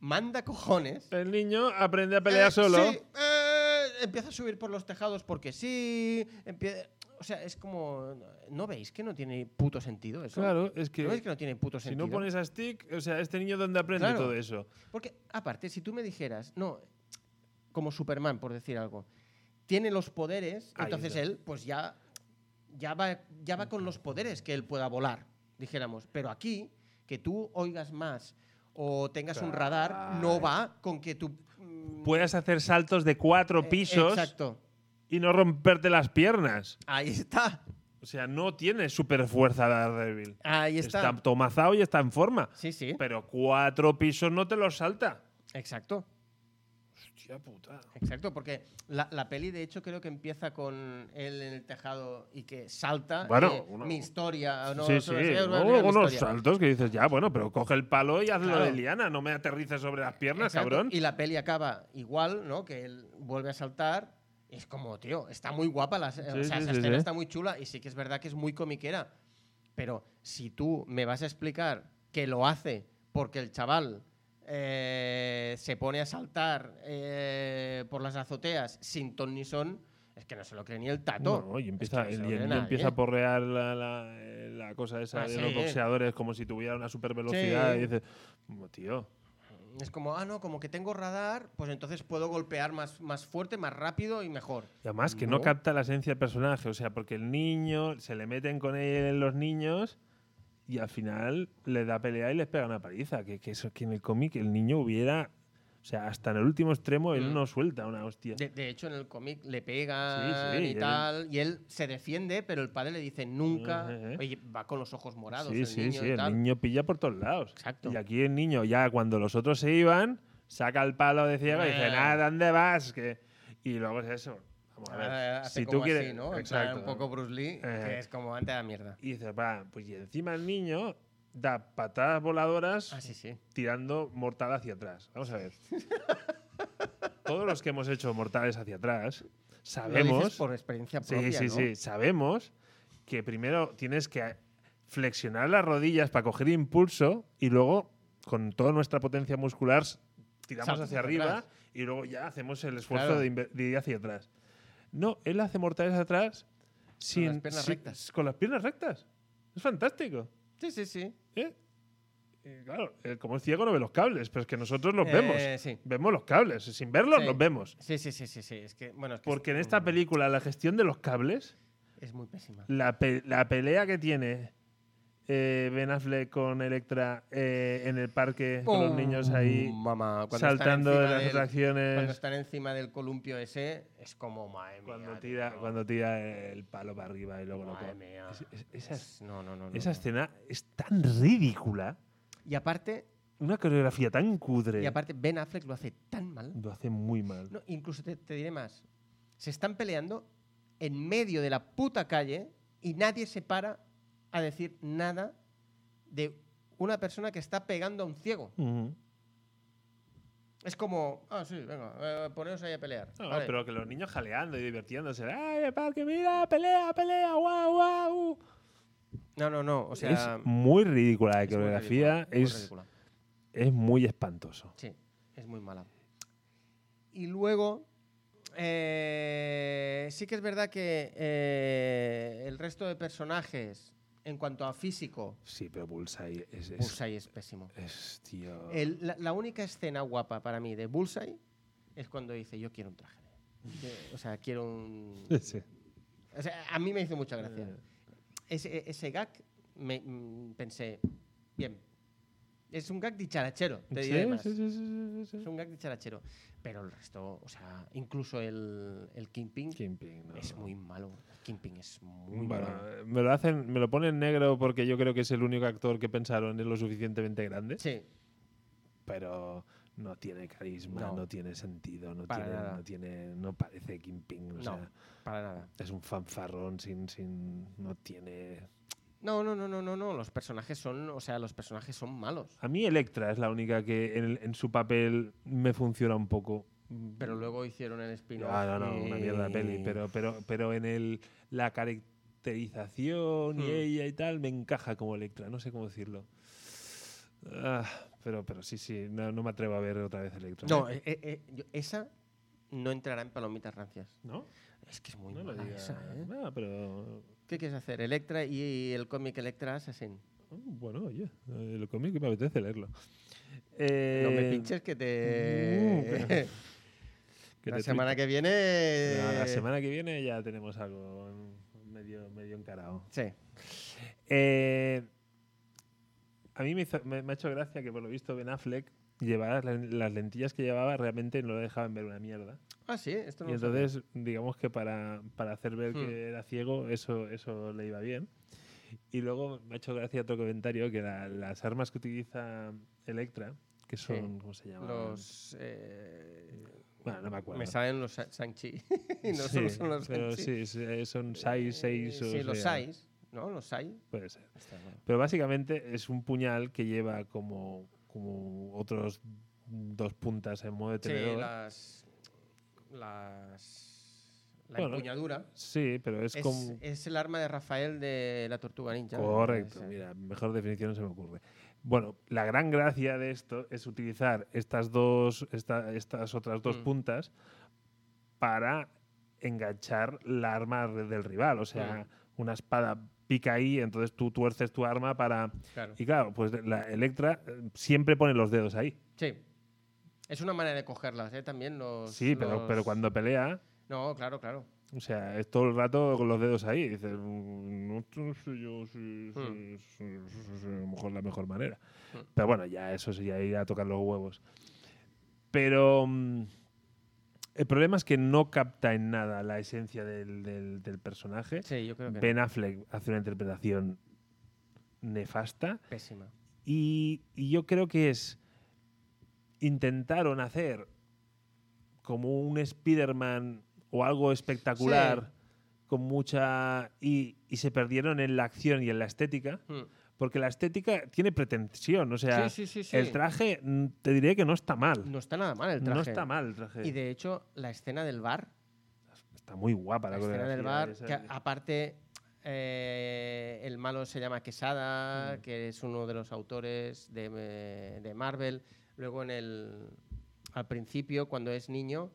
B: manda cojones.
A: El niño aprende a pelear
B: Eh,
A: solo.
B: sí, eh, empieza a subir por los tejados porque sí. empie- O sea, es como. ¿No veis que no tiene puto sentido eso?
A: Claro, es que
B: ¿No veis que no tiene puto
A: si
B: sentido?
A: no pones a Stick, o sea, este niño dónde aprende
B: Claro.
A: todo eso.
B: Porque, aparte, si tú me dijeras, no, como Superman, por decir algo, tiene los poderes,
A: Ahí
B: entonces
A: está.
B: él, pues ya, ya, va, ya va con los poderes que él pueda volar, dijéramos. Pero aquí, que tú oigas más o tengas un radar, no va con que tú. mm,
A: Puedes hacer saltos de cuatro
B: eh,
A: pisos
B: Exacto.
A: y no romperte las piernas.
B: Ahí está.
A: O sea, no tiene super fuerza Daredevil.
B: Ahí está.
A: está tomazado y está en forma.
B: Sí, sí.
A: Pero cuatro pisos no te los salta.
B: Exacto.
A: Hostia puta.
B: Exacto, porque la, la peli de hecho creo que empieza con él en el tejado y que salta
A: Bueno,
B: eh,
A: uno-
B: mi historia. o No,
A: sí, sí.
B: sobre- eh,
A: Luego
B: mi
A: unos
B: historia.
A: saltos que dices, ya, bueno, pero coge el palo y hazlo
B: Claro.
A: de liana, no me aterrices sobre las piernas,
B: Exacto,
A: cabrón.
B: Y la peli acaba igual, ¿no? Que él vuelve a saltar. y Es como, tío, está muy guapa la, o sea,
A: Sí, sí,
B: esa
A: sí,
B: escena
A: sí.
B: está muy chula y sí que es verdad que es muy comiquera. Pero si tú me vas a explicar que lo hace porque el chaval eh, se pone a saltar eh, por las azoteas sin ton ni son, es que no se lo cree ni el tato.
A: No, y
B: Es
A: empieza,
B: que no se
A: el-
B: lo
A: y el
B: cree
A: niño
B: nadie.
A: empieza a porrear la, la- eh, la cosa esa
B: Ah,
A: de
B: sí,
A: los
B: eh.
A: boxeadores como si tuviera una super velocidad.
B: Sí.
A: Y dices, "Como, tío,
B: Es como, ah, no, como que tengo radar, pues entonces puedo golpear más, más fuerte, más rápido y mejor.
A: Y además que no.
B: No.
A: capta la esencia del personaje, o sea, porque el niño, se le meten con él los niños y al final le da pelea y les pega una paliza. Que, que eso que en el cómic el niño hubiera, o sea, hasta en el último extremo él
B: Mm.
A: no suelta una hostia.
B: De, de hecho, en el cómic le pega
A: Sí, sí, y
B: y
A: él-
B: tal, y él se defiende, pero el padre le dice nunca.
A: Ajá.
B: Oye, va con los ojos morados.
A: sí,
B: el
A: sí,
B: niño
A: sí,
B: y
A: el
B: tal.
A: niño pilla por todos lados.
B: Exacto.
A: Y aquí el niño ya cuando los otros se iban, saca el palo de ciego y dice,
B: Eh.
A: nada, ¿dónde vas? Que... Y luego es eso. Vamos a ver,
B: Ah, hace
A: si tú
B: como
A: quieres...
B: así, ¿no? En plan,
A: Exacto.
B: un poco Bruce Lee,
A: Eh.
B: que es como antes de la mierda.
A: Y dice, va, pues y encima el niño da patadas voladoras
B: Ah, sí, sí.
A: tirando mortal hacia atrás. Vamos a ver. Todos los que hemos hecho mortales hacia atrás
B: Lo
A: sabemos.
B: dices por experiencia
A: sí,
B: propia,
A: sí,
B: ¿no?
A: sí. Sabemos que primero tienes que flexionar las rodillas para coger impulso y luego, con toda nuestra potencia muscular, s- tiramos
B: Saltas
A: hacia
B: hacia
A: arriba
B: atrás.
A: y luego ya hacemos el esfuerzo
B: Claro.
A: de, inve- de ir hacia atrás. No, él hace mortales atrás sin.
B: piernas
A: sin-
B: rectas.
A: Con las piernas rectas. Es fantástico.
B: Sí, sí, sí.
A: ¿Eh? Eh, Claro, eh, como es ciego no ve los cables, pero es que nosotros los
B: Eh,
A: vemos.
B: sí.
A: Vemos los cables, sin verlos
B: Sí.
A: los vemos.
B: Sí, sí, sí, sí, sí. Es que, bueno, es que
A: Porque
B: es-
A: en esta película la gestión de los cables,
B: Es muy pésima.
A: la, pe- la pelea que tiene eh, Ben Affleck con Electra eh, en el parque con los niños ahí
B: Oh, mamá, cuando están
A: saltando
B: encima
A: de las
B: del- Cuando
A: atracciones,
B: están encima del columpio ese, es como, madre mía.
A: cuando tira,
B: tío.
A: cuando tira el palo para arriba y luego lo
B: Madre
A: co-
B: mía.
A: Es- es- esa,
B: Es- no, no, no. no,
A: esa
B: no.
A: escena es tan ridícula,
B: Y aparte,
A: una coreografía tan
B: y
A: cudre,
B: aparte, Ben Affleck lo hace tan mal.
A: lo hace muy mal.
B: No, incluso te, te diré más. Se están peleando en medio de la puta calle y nadie se para a decir nada de una persona que está pegando a un ciego.
A: Ujú.
B: Es como, ah, sí, venga, eh, poneros ahí a pelear.
A: No,
B: Vale.
A: pero que los niños jaleando y divirtiéndose. ¡Ay, el parque, mira! ¡Pelea, pelea! ¡Guau, guau! uh".
B: no, no, no, o sea,
A: es muy ridícula la
B: es muy
A: coreografía.
B: ridícula, muy
A: Es,
B: ridícula.
A: es muy espantoso.
B: Sí, es muy mala. Y luego, eh, sí que es verdad que eh, el resto de personajes, en cuanto a físico,
C: Sí, pero Bullseye es. es,
B: Bullseye es pésimo.
C: es, tío.
B: El- la, la única escena guapa para mí de Bullseye es cuando dice, yo quiero un traje. Que- O sea, quiero
C: [LAUGHS]
B: un...
C: [LAUGHS] Sí.
B: O sea, a mí me hizo mucha gracia.
C: Eh.
B: Ese, ese gag, me, mm, pensé, bien. Es un gag dicharachero, te diré más.
C: sí, sí, sí, sí, sí.
B: Es un gag dicharachero. Pero el resto, o sea, incluso el, el Kingpin
C: Kingpin, no.
B: es muy malo. El Kingpin es muy
A: Bueno,
B: malo.
A: eh, me lo hacen, me lo ponen negro porque yo creo que es el único actor que pensaron es lo suficientemente grande,
B: Sí,
C: Pero no tiene carisma,
B: No.
C: no, tiene sentido, no
B: Para
C: tiene,
B: nada.
C: no tiene. No parece Kingpin. O
B: no,
C: sea,
B: para nada.
C: es un fanfarrón sin. sin no tiene.
B: No, no, no, no, no, no. Los personajes son, o sea, los personajes son malos.
A: A mí Electra es la única que en, en su papel me funciona un poco.
B: Pero luego hicieron el spin-off.
A: Mm. Ah, no, no, una mierda de
B: y-
A: peli, pero, pero, pero en el, la caracterización y
B: Hmm.
A: ella y tal me encaja como Electra, no sé cómo decirlo. Ah, pero, pero sí, sí, no, no me atrevo a ver otra vez Electra.
B: No, eh, eh, eh, yo- esa no entrará en palomitas rancias.
A: ¿No?
B: Es que es muy
A: No lo
B: mala
A: digas.
B: esa, ¿eh?
A: Ah, pero
B: ¿Qué quieres hacer? Electra y el cómic Electra Assassin.
A: Mm, Bueno, oye, eh, lo comí que me apetece leerlo. Eh,
B: No me pinches
A: [LAUGHS]
B: que
A: no, pero-
B: [LAUGHS] te...
A: que
B: la
A: te
B: semana
A: flipa.
B: que viene...
A: No, la semana que viene ya tenemos algo mm, medio, medio encarado.
B: Sí.
A: Eh, a mí me, hizo- me- me ha hecho gracia que por lo visto Ben Affleck llevaba las- las lentillas que llevaba realmente no lo dejaban ver una mierda.
B: Ah, sí, esto no
A: Y
B: lo sabía.
A: entonces, digamos que para, para hacer ver
B: Hmm.
A: que era ciego, eso, eso le iba bien. Y luego me ha hecho gracia otro comentario que la- las armas que utiliza Electra, que son, ¿cómo se llaman?
B: Los... eh,
A: Bueno, no me acuerdo.
B: Me salen los Sa- Shang-Chi. [LAUGHS] y no solo
A: Sí,
B: son los
A: pero sí,
B: Shang-Chi.
A: sí, son 6, 6
B: Eh,
A: o
B: Sí, los
A: sea,
B: Sais. ¿No? Los Sai.
A: Puede ser. Pero básicamente es un puñal que lleva como, como otros dos puntas en modo de
B: Sí,
A: tenedor.
B: las... Las... La
A: Bueno,
B: empuñadura.
A: Sí, pero es,
B: Es,
A: como...
B: es el arma de Rafael de la Tortuga Ninja.
A: Correcto,
B: Ese.
A: mira, mejor definición no se me ocurre. Bueno, la gran gracia de esto es utilizar estas dos, esta- estas otras dos
B: Mm.
A: puntas para enganchar la arma re- del rival. O sea,
B: Mm.
A: una espada pica ahí, entonces tú tuerces tu arma para.
B: Claro.
A: Y claro, pues la Electra eh, siempre pone los dedos ahí.
B: Sí. Es una manera de cogerlas, ¿eh? También los...
A: Sí, pero,
B: los-
A: pero cuando pelea,
B: No, claro, claro.
A: o sea, es todo el rato con los dedos ahí. Dices, "Mm, no sé yo si si-
B: Hmm.
A: si- si- si a lo mejor la mejor manera. Pero bueno, ya eso sería ir a tocar los huevos. Pero mm, el problema es que no capta en nada la esencia del, del- del personaje.
B: Sí, yo creo que
A: Ben Affleck hace una interpretación nefasta.
B: no. pésima.
A: Y, y yo creo que es. Intentaron hacer como un Spider-Man o algo espectacular con mucha. Y, y se perdieron en la acción y en la estética.
B: Mm.
A: Porque la estética tiene pretensión. O sea,
B: Sí, sí, sí, sí.
A: el traje mm, te diré que no está mal.
B: No está nada mal el traje.
A: No está mal el traje.
B: Y de hecho, la escena del bar,
A: Está muy guapa
B: la
A: la,
B: escena del
A: coreografía,
B: bar,
A: esa-
B: que ah. aparte eh, el malo se llama Quesada, que es uno de los autores de, eh, de Marvel. Luego en el al principio, cuando es niño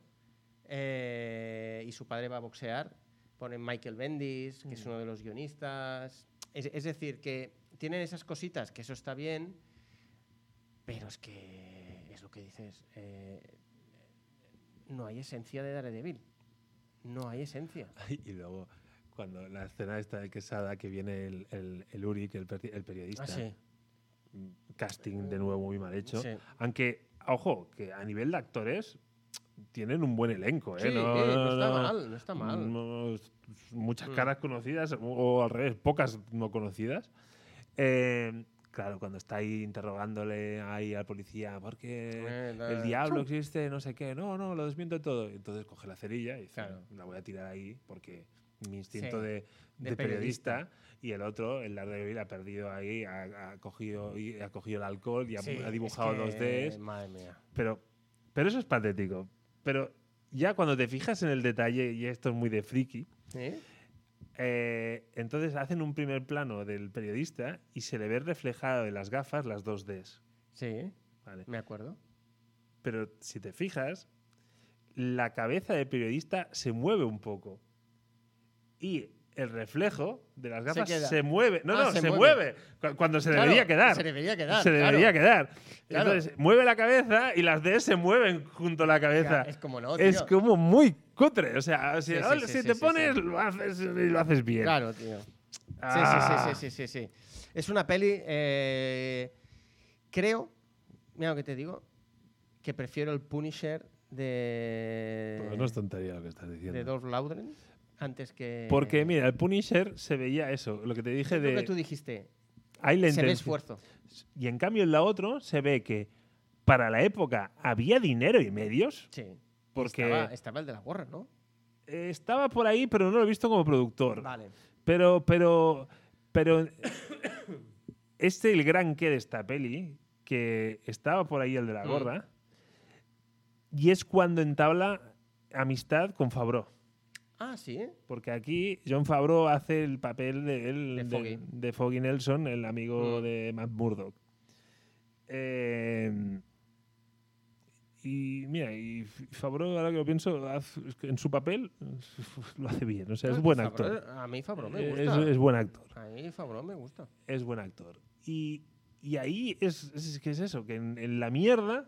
B: eh, y su padre va a boxear, ponen Michael Bendis, que es uno de los guionistas. Es, es decir, que tienen esas cositas, que eso está bien, pero es que es lo que dices. eh, no hay esencia de Daredevil. No hay esencia.
A: [LAUGHS] Y luego, cuando la escena esta de Quesada, que viene el, el, el Uri, que el, perdi- el periodista.
B: Ah, sí.
A: casting de nuevo muy mal hecho.
B: Sí.
A: Aunque, ojo, que a nivel de actores tienen un buen elenco. ¿eh?
B: Sí,
A: no,
B: eh, no
A: no,
B: está
A: no.
B: mal, no está mal.
A: No, es- Mm, muchas
B: Mm.
A: caras conocidas, o- o al revés, pocas no conocidas. Eh, claro, cuando está ahí interrogándole ahí al policía, porque
B: Eh, da-
A: el diablo existe, no sé qué, no, no, lo desmiento todo. Entonces coge la cerilla y dice,
B: Claro.
A: la voy a tirar ahí porque mi instinto
B: Sí,
A: de,
B: de
A: de periodista. y el otro, el Daredevil, ha perdido ahí, ha, ha cogido, y ha cogido el alcohol y ha,
B: Sí,
A: ha
B: es
A: dibujado
B: que,
A: los Ds.
B: Madre mía.
A: Pero, pero eso es patético. Pero ya cuando te fijas en el detalle, y esto es muy de friki,
B: ¿Sí?
A: eh, entonces hacen un primer plano del periodista y se le ve reflejado en las gafas las dos Ds.
B: Sí,
A: ¿vale?
B: me acuerdo.
A: Pero si te fijas, la cabeza del periodista se mueve un poco. Y el reflejo de las gafas se,
B: queda.
A: mueve. No,
B: Ah,
A: no,
B: se
A: se, mueve.
B: mueve.
A: Cu- Cuando se
B: Claro,
A: debería quedar.
B: se debería quedar,
A: Se
B: claro.
A: debería quedar.
B: Claro.
A: Entonces, mueve la cabeza y las D se mueven junto a la cabeza.
B: Ya, es como no,
A: Es
B: tío.
A: como muy cutre. O sea, o sea,
B: Sí, sí,
A: ole,
B: sí,
A: si
B: sí,
A: te
B: sí,
A: pones,
B: sí.
A: Lo, haces, lo haces bien.
B: Claro, tío. Sí,
A: Ah.
B: sí, sí, sí, sí, sí, sí. Es una peli, eh, creo, mira lo que te digo, que prefiero el Punisher de,
C: Pues no es tontería lo que estás
B: de
C: diciendo.
B: Dolph Laudren antes que...
A: Porque, mira, el Punisher se veía eso, lo que te dije
B: Lo que
A: de.
B: tú dijiste,
A: ahí la
B: se
A: intención.
B: ve esfuerzo.
A: Y en cambio en la otra se ve que para la época había dinero y medios,
B: Sí.
A: porque eh,
B: Estaba,
A: estaba,
B: estaba el de la gorra, ¿no?
A: por ahí, pero no lo he visto como productor.
B: Vale.
A: Pero, pero, pero este el gran que de esta peli, que estaba por ahí el de la
B: Mm.
A: gorra, y es cuando entabla amistad con Fabro.
B: Ah, sí.
A: Porque aquí John Favreau hace el papel de, él-
B: De
A: de-
B: Foggy.
A: de Foggy Nelson, el amigo
B: Mm.
A: de Matt Murdock. Eh, y mira, y Favreau, ahora que lo pienso, haz- en su papel [LAUGHS] lo hace bien. O sea, es buen
B: Ah, Favreau-
A: actor. Eh,
B: A mí Fabro me
A: Es,
B: gusta.
A: es buen actor.
B: A mí Fabro me gusta.
A: Es buen actor. Y, y ahí es, es que es eso, que en, en la mierda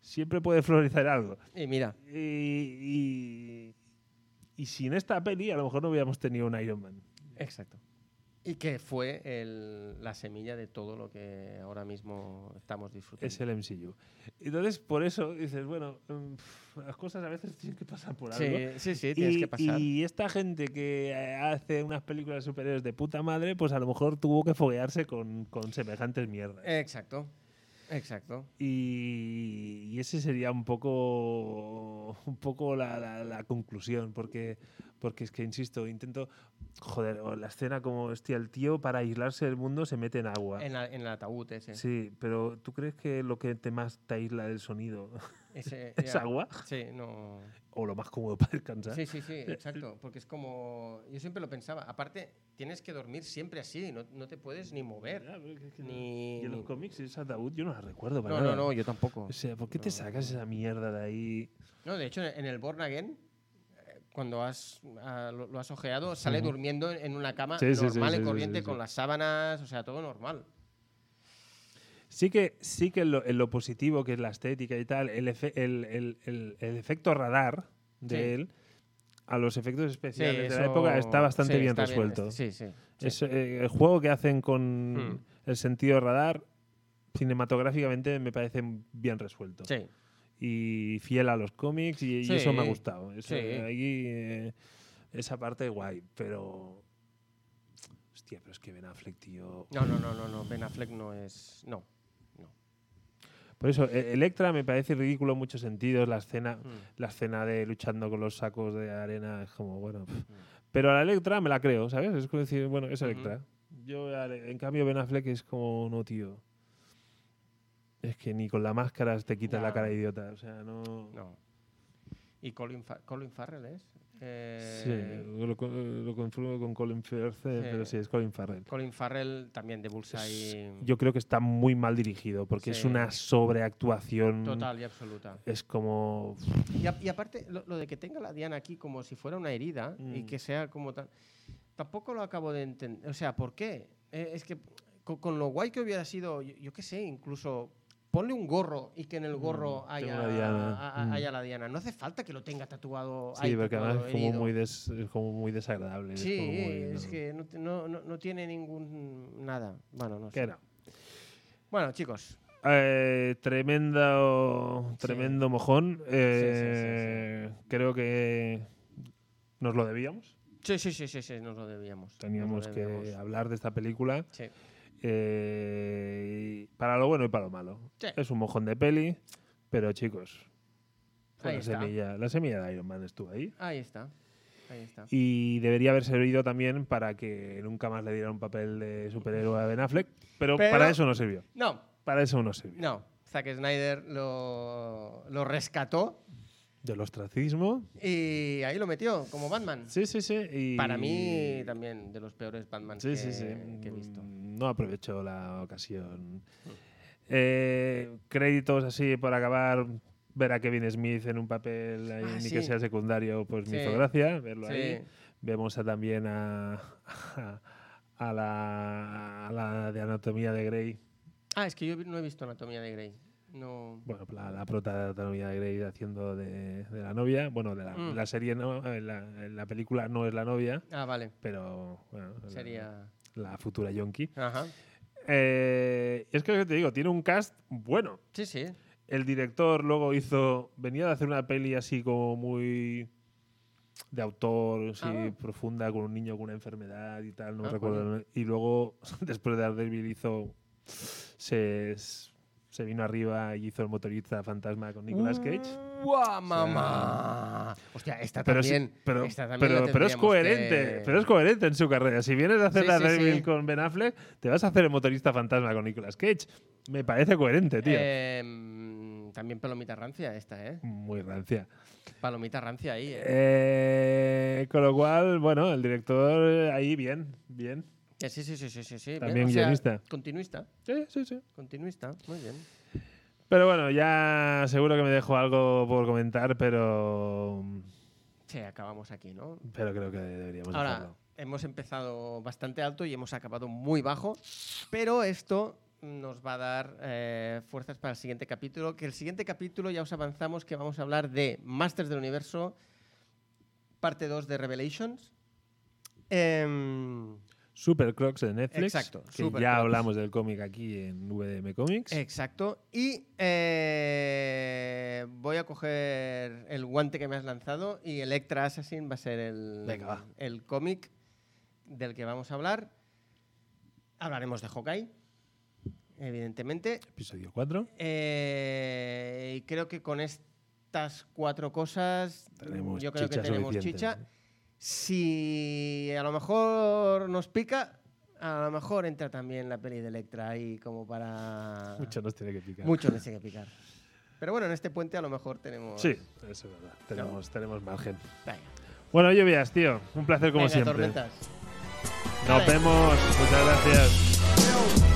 A: siempre puede florecer algo.
B: Y mira,
A: Y, y, y sin esta peli, a lo mejor no hubiéramos tenido un Iron Man.
B: exacto. Y que fue el- la semilla de todo lo que ahora mismo estamos disfrutando.
A: Es el MCU. Entonces, por eso dices, bueno, mm, pf, las cosas a veces tienen que pasar por algo.
B: Sí, sí, sí, tienes
A: y,
B: que pasar.
A: y esta gente que eh, hace unas películas de superhéroes de puta madre, pues a lo mejor tuvo que foguearse con, con semejantes mierdas.
B: Exacto, exacto.
A: Y, y ese sería un poco, un poco la, la- la conclusión, porque, porque es que, insisto, intento... Joder, o la escena como, hostia, el tío para aislarse del mundo se mete en agua.
B: En, la- en el ataúd ese.
A: Sí, pero ¿tú crees que lo que te más te aísla del sonido [LAUGHS]
B: Ese,
A: es
B: ya.
A: agua?
B: Sí, no.
A: o lo más cómodo para descansar.
B: Sí, sí, sí, exacto. Porque es como. Yo siempre lo pensaba. Aparte, tienes que dormir siempre así. No, no te puedes ni mover.
A: Ya, pero es que no.
B: Ni.
A: Y en los
B: ni-
A: cómics ese ataúd yo no la recuerdo para
B: No, no,
A: nada.
B: no, yo tampoco.
A: O sea, ¿por qué te
B: No.
A: sacas esa mierda de ahí?
B: No, de hecho, en el Born Again, eh, cuando has, ah, lo, lo has ojeado, sale durmiendo en una cama
A: Sí, sí, sí,
B: normal
A: sí,
B: y
A: sí,
B: corriente
A: sí, sí.
B: con las sábanas, o sea, todo normal.
A: Sí que, sí que en, lo, en lo positivo que es la estética y tal, el, efe- el, el- el- el efecto radar de
B: Sí.
A: él a los efectos
B: Sí,
A: especiales de la
B: eso-
A: época está bastante
B: sí,
A: bien
B: está
A: resuelto.
B: Sí, sí. sí.
A: Es, eh, el juego que hacen con
B: Mm.
A: el sentido radar cinematográficamente me parece bien resuelto.
B: Sí.
A: y fiel a los cómics y, y
B: Sí,
A: eso me ha gustado. Eso,
B: sí.
A: ahí, eh, esa parte guay, pero... Hostia, pero es que Ben Affleck, tío...
B: No, no, no, no, no. Ben Affleck no es. No.
A: Por eso, e- Electra me parece ridículo en muchos sentidos, la escena,
B: Mm.
A: la escena de luchando con los sacos de arena es como, bueno... pff. Pero a la Electra me la creo, ¿sabes? Es como decir, bueno, es
B: Mm. Ujú.
A: Electra. Yo, a Le- en cambio, Ben Affleck es como, no, tío. Es que ni con la máscara te quitas
B: Ya.
A: la cara de idiota, o sea, no...
B: No. ¿Y Colin, Fa- Colin Farrell es?
A: Sí,
B: Eh,
A: lo, co- lo confundo con Colin Firth, eh,
B: Sí.
A: pero sí, es Colin Farrell.
B: Colin Farrell también de Bullseye.
A: Yo creo que está muy mal dirigido porque es
B: Sí.
A: una sobreactuación.
B: Total y absoluta.
A: Es como.
B: Y, a- y aparte, lo, lo de que tenga la Diana aquí como si fuera una herida y
A: Mm.
B: que sea como tal. Tampoco lo acabo de entender. O sea, ¿por qué? Eh, es que con, con lo guay que hubiera sido, yo, yo qué sé, incluso ponle un gorro y que en el gorro
A: Mm,
B: haya,
A: tengo una diana.
B: a- a-
A: Mm.
B: haya la Diana. No hace falta que lo tenga tatuado.
A: Sí,
B: ahí
A: porque
B: tatuado,
A: además es como
B: herido.
A: muy, des- es como muy desagradable. es
B: Sí,
A: como muy,
B: es
A: ¿no?
B: que no, te- no- no- no tiene ningún. nada. Bueno, no sé.
A: Que no.
B: Bueno, chicos.
A: Eh, tremendo,
B: Sí.
A: tremendo mojón.
B: sí,
A: Eh, Creo que nos lo debíamos.
B: Sí, sí, sí, sí, sí, nos lo debíamos. nos lo
A: Teníamos que
B: debíamos.
A: hablar de esta película.
B: Sí.
A: Eh, para lo bueno y para lo malo.
B: Sí.
A: Es un mojón de peli, pero chicos, fue
B: Ahí
A: la
B: está.
A: semilla, la semilla de Iron Man estuvo ahí.
B: Ahí está. Ahí está.
A: Y debería haber servido también para que nunca más le diera un papel de superhéroe a Ben Affleck, pero,
B: Pero-
A: para eso no sirvió.
B: No,
A: Para eso no sirvió.
B: no. Zack Snyder lo, lo rescató
A: Del ostracismo.
B: y ahí lo metió como Batman.
A: Sí, sí, sí. y-
B: Para mí también de los peores Batman
A: Sí,
B: que,
A: sí, sí.
B: que he visto. Mm.
A: No aprovechó la ocasión. Eh, créditos así por acabar. Ver a Kevin Smith en un papel ahí,
B: Ah,
A: ni
B: sí.
A: que sea secundario, pues me
B: Sí.
A: hizo gracia verlo
B: Sí.
A: ahí. Vemos a- también a, a, la, a la de Anatomía de Grey.
B: Ah, es que yo no he visto Anatomía de Grey. No.
A: Bueno, la, la prota de Anatomía de Grey haciendo de, de la novia. Bueno, de la,
B: Mm.
A: la serie, no, eh, la, la película no es la novia,
B: Ah, vale.
A: pero bueno, la-
B: Sería.
A: la, futura yonki.
B: Ajá.
A: Eh, es que te digo, tiene un cast bueno.
B: Sí, sí.
A: El director luego hizo. Venía de hacer una peli así como muy. de autor, así
B: Ah.
A: profunda, con un niño con una enfermedad y tal, no
B: Ah,
A: recuerdo.
B: coño.
A: el- Y luego, [LAUGHS] después de Daredevil, hizo. se, se vino arriba y hizo el motorista fantasma con
B: Mm.
A: Nicolas Cage.
B: ¡Guau, mamá! Hostia, esta
A: Pero, sí-
B: también.
A: pero,
B: esta también
A: pero,
B: la
A: pero es
B: tendríamos
A: coherente,
B: que-
A: pero es coherente en su carrera. Si vienes a hacer
B: Sí, sí,
A: Daredevil
B: sí.
A: con Ben Affleck, te vas a hacer el motorista fantasma con Nicolas Cage. Me parece coherente, tío.
B: Eh, Em, también palomita rancia esta, ¿eh?
A: Muy rancia.
B: Palomita rancia ahí, ¿eh?
A: Eh, con lo cual, bueno, el director eh, ahí bien, bien.
B: Eh, Sí, sí, sí, sí, sí. sí. Bien,
A: también guionista.
B: continuista,
A: Sí, sí, sí.
B: continuista, muy bien.
A: Pero bueno, ya seguro que me dejo algo por comentar, pero,
B: Sí, acabamos aquí, ¿no?
A: pero creo que deberíamos
B: Ahora,
A: dejarlo.
B: hemos empezado bastante alto y hemos acabado muy bajo, pero esto nos va a dar eh, fuerzas para el siguiente capítulo, que el siguiente capítulo ya os avanzamos que vamos a hablar de Masters del Universo, parte 2 de Revelations. Em,
A: Super Crocs de Netflix.
B: Exacto,
A: Que
B: Super
A: ya
B: Crocs.
A: hablamos del cómic aquí en VDM Comics.
B: Exacto. Y eh, voy a coger el guante que me has lanzado y Electra Assassin va a ser el,
A: Venga, va.
B: el cómic del que vamos a hablar. Hablaremos de Hawkeye, evidentemente.
A: Episodio 4.
B: Eh, y creo que con estas cuatro cosas
A: Tenemos
B: yo creo que
A: chicha
B: tenemos
A: suficiente.
B: chicha. Si a lo mejor nos pica, a lo mejor entra también la peli de Electra ahí como para...
A: Mucho nos tiene que picar.
B: Mucho les tiene que picar. Pero bueno, en este puente a lo mejor tenemos.
A: Sí, eso es verdad. Tenemos, tenemos margen.
B: Venga.
A: Bueno, Llovias, tío. Un placer como
B: Venga,
A: siempre.
B: tormentas.
A: Nos
B: Vale.
A: vemos. Muchas gracias.
B: Adiós.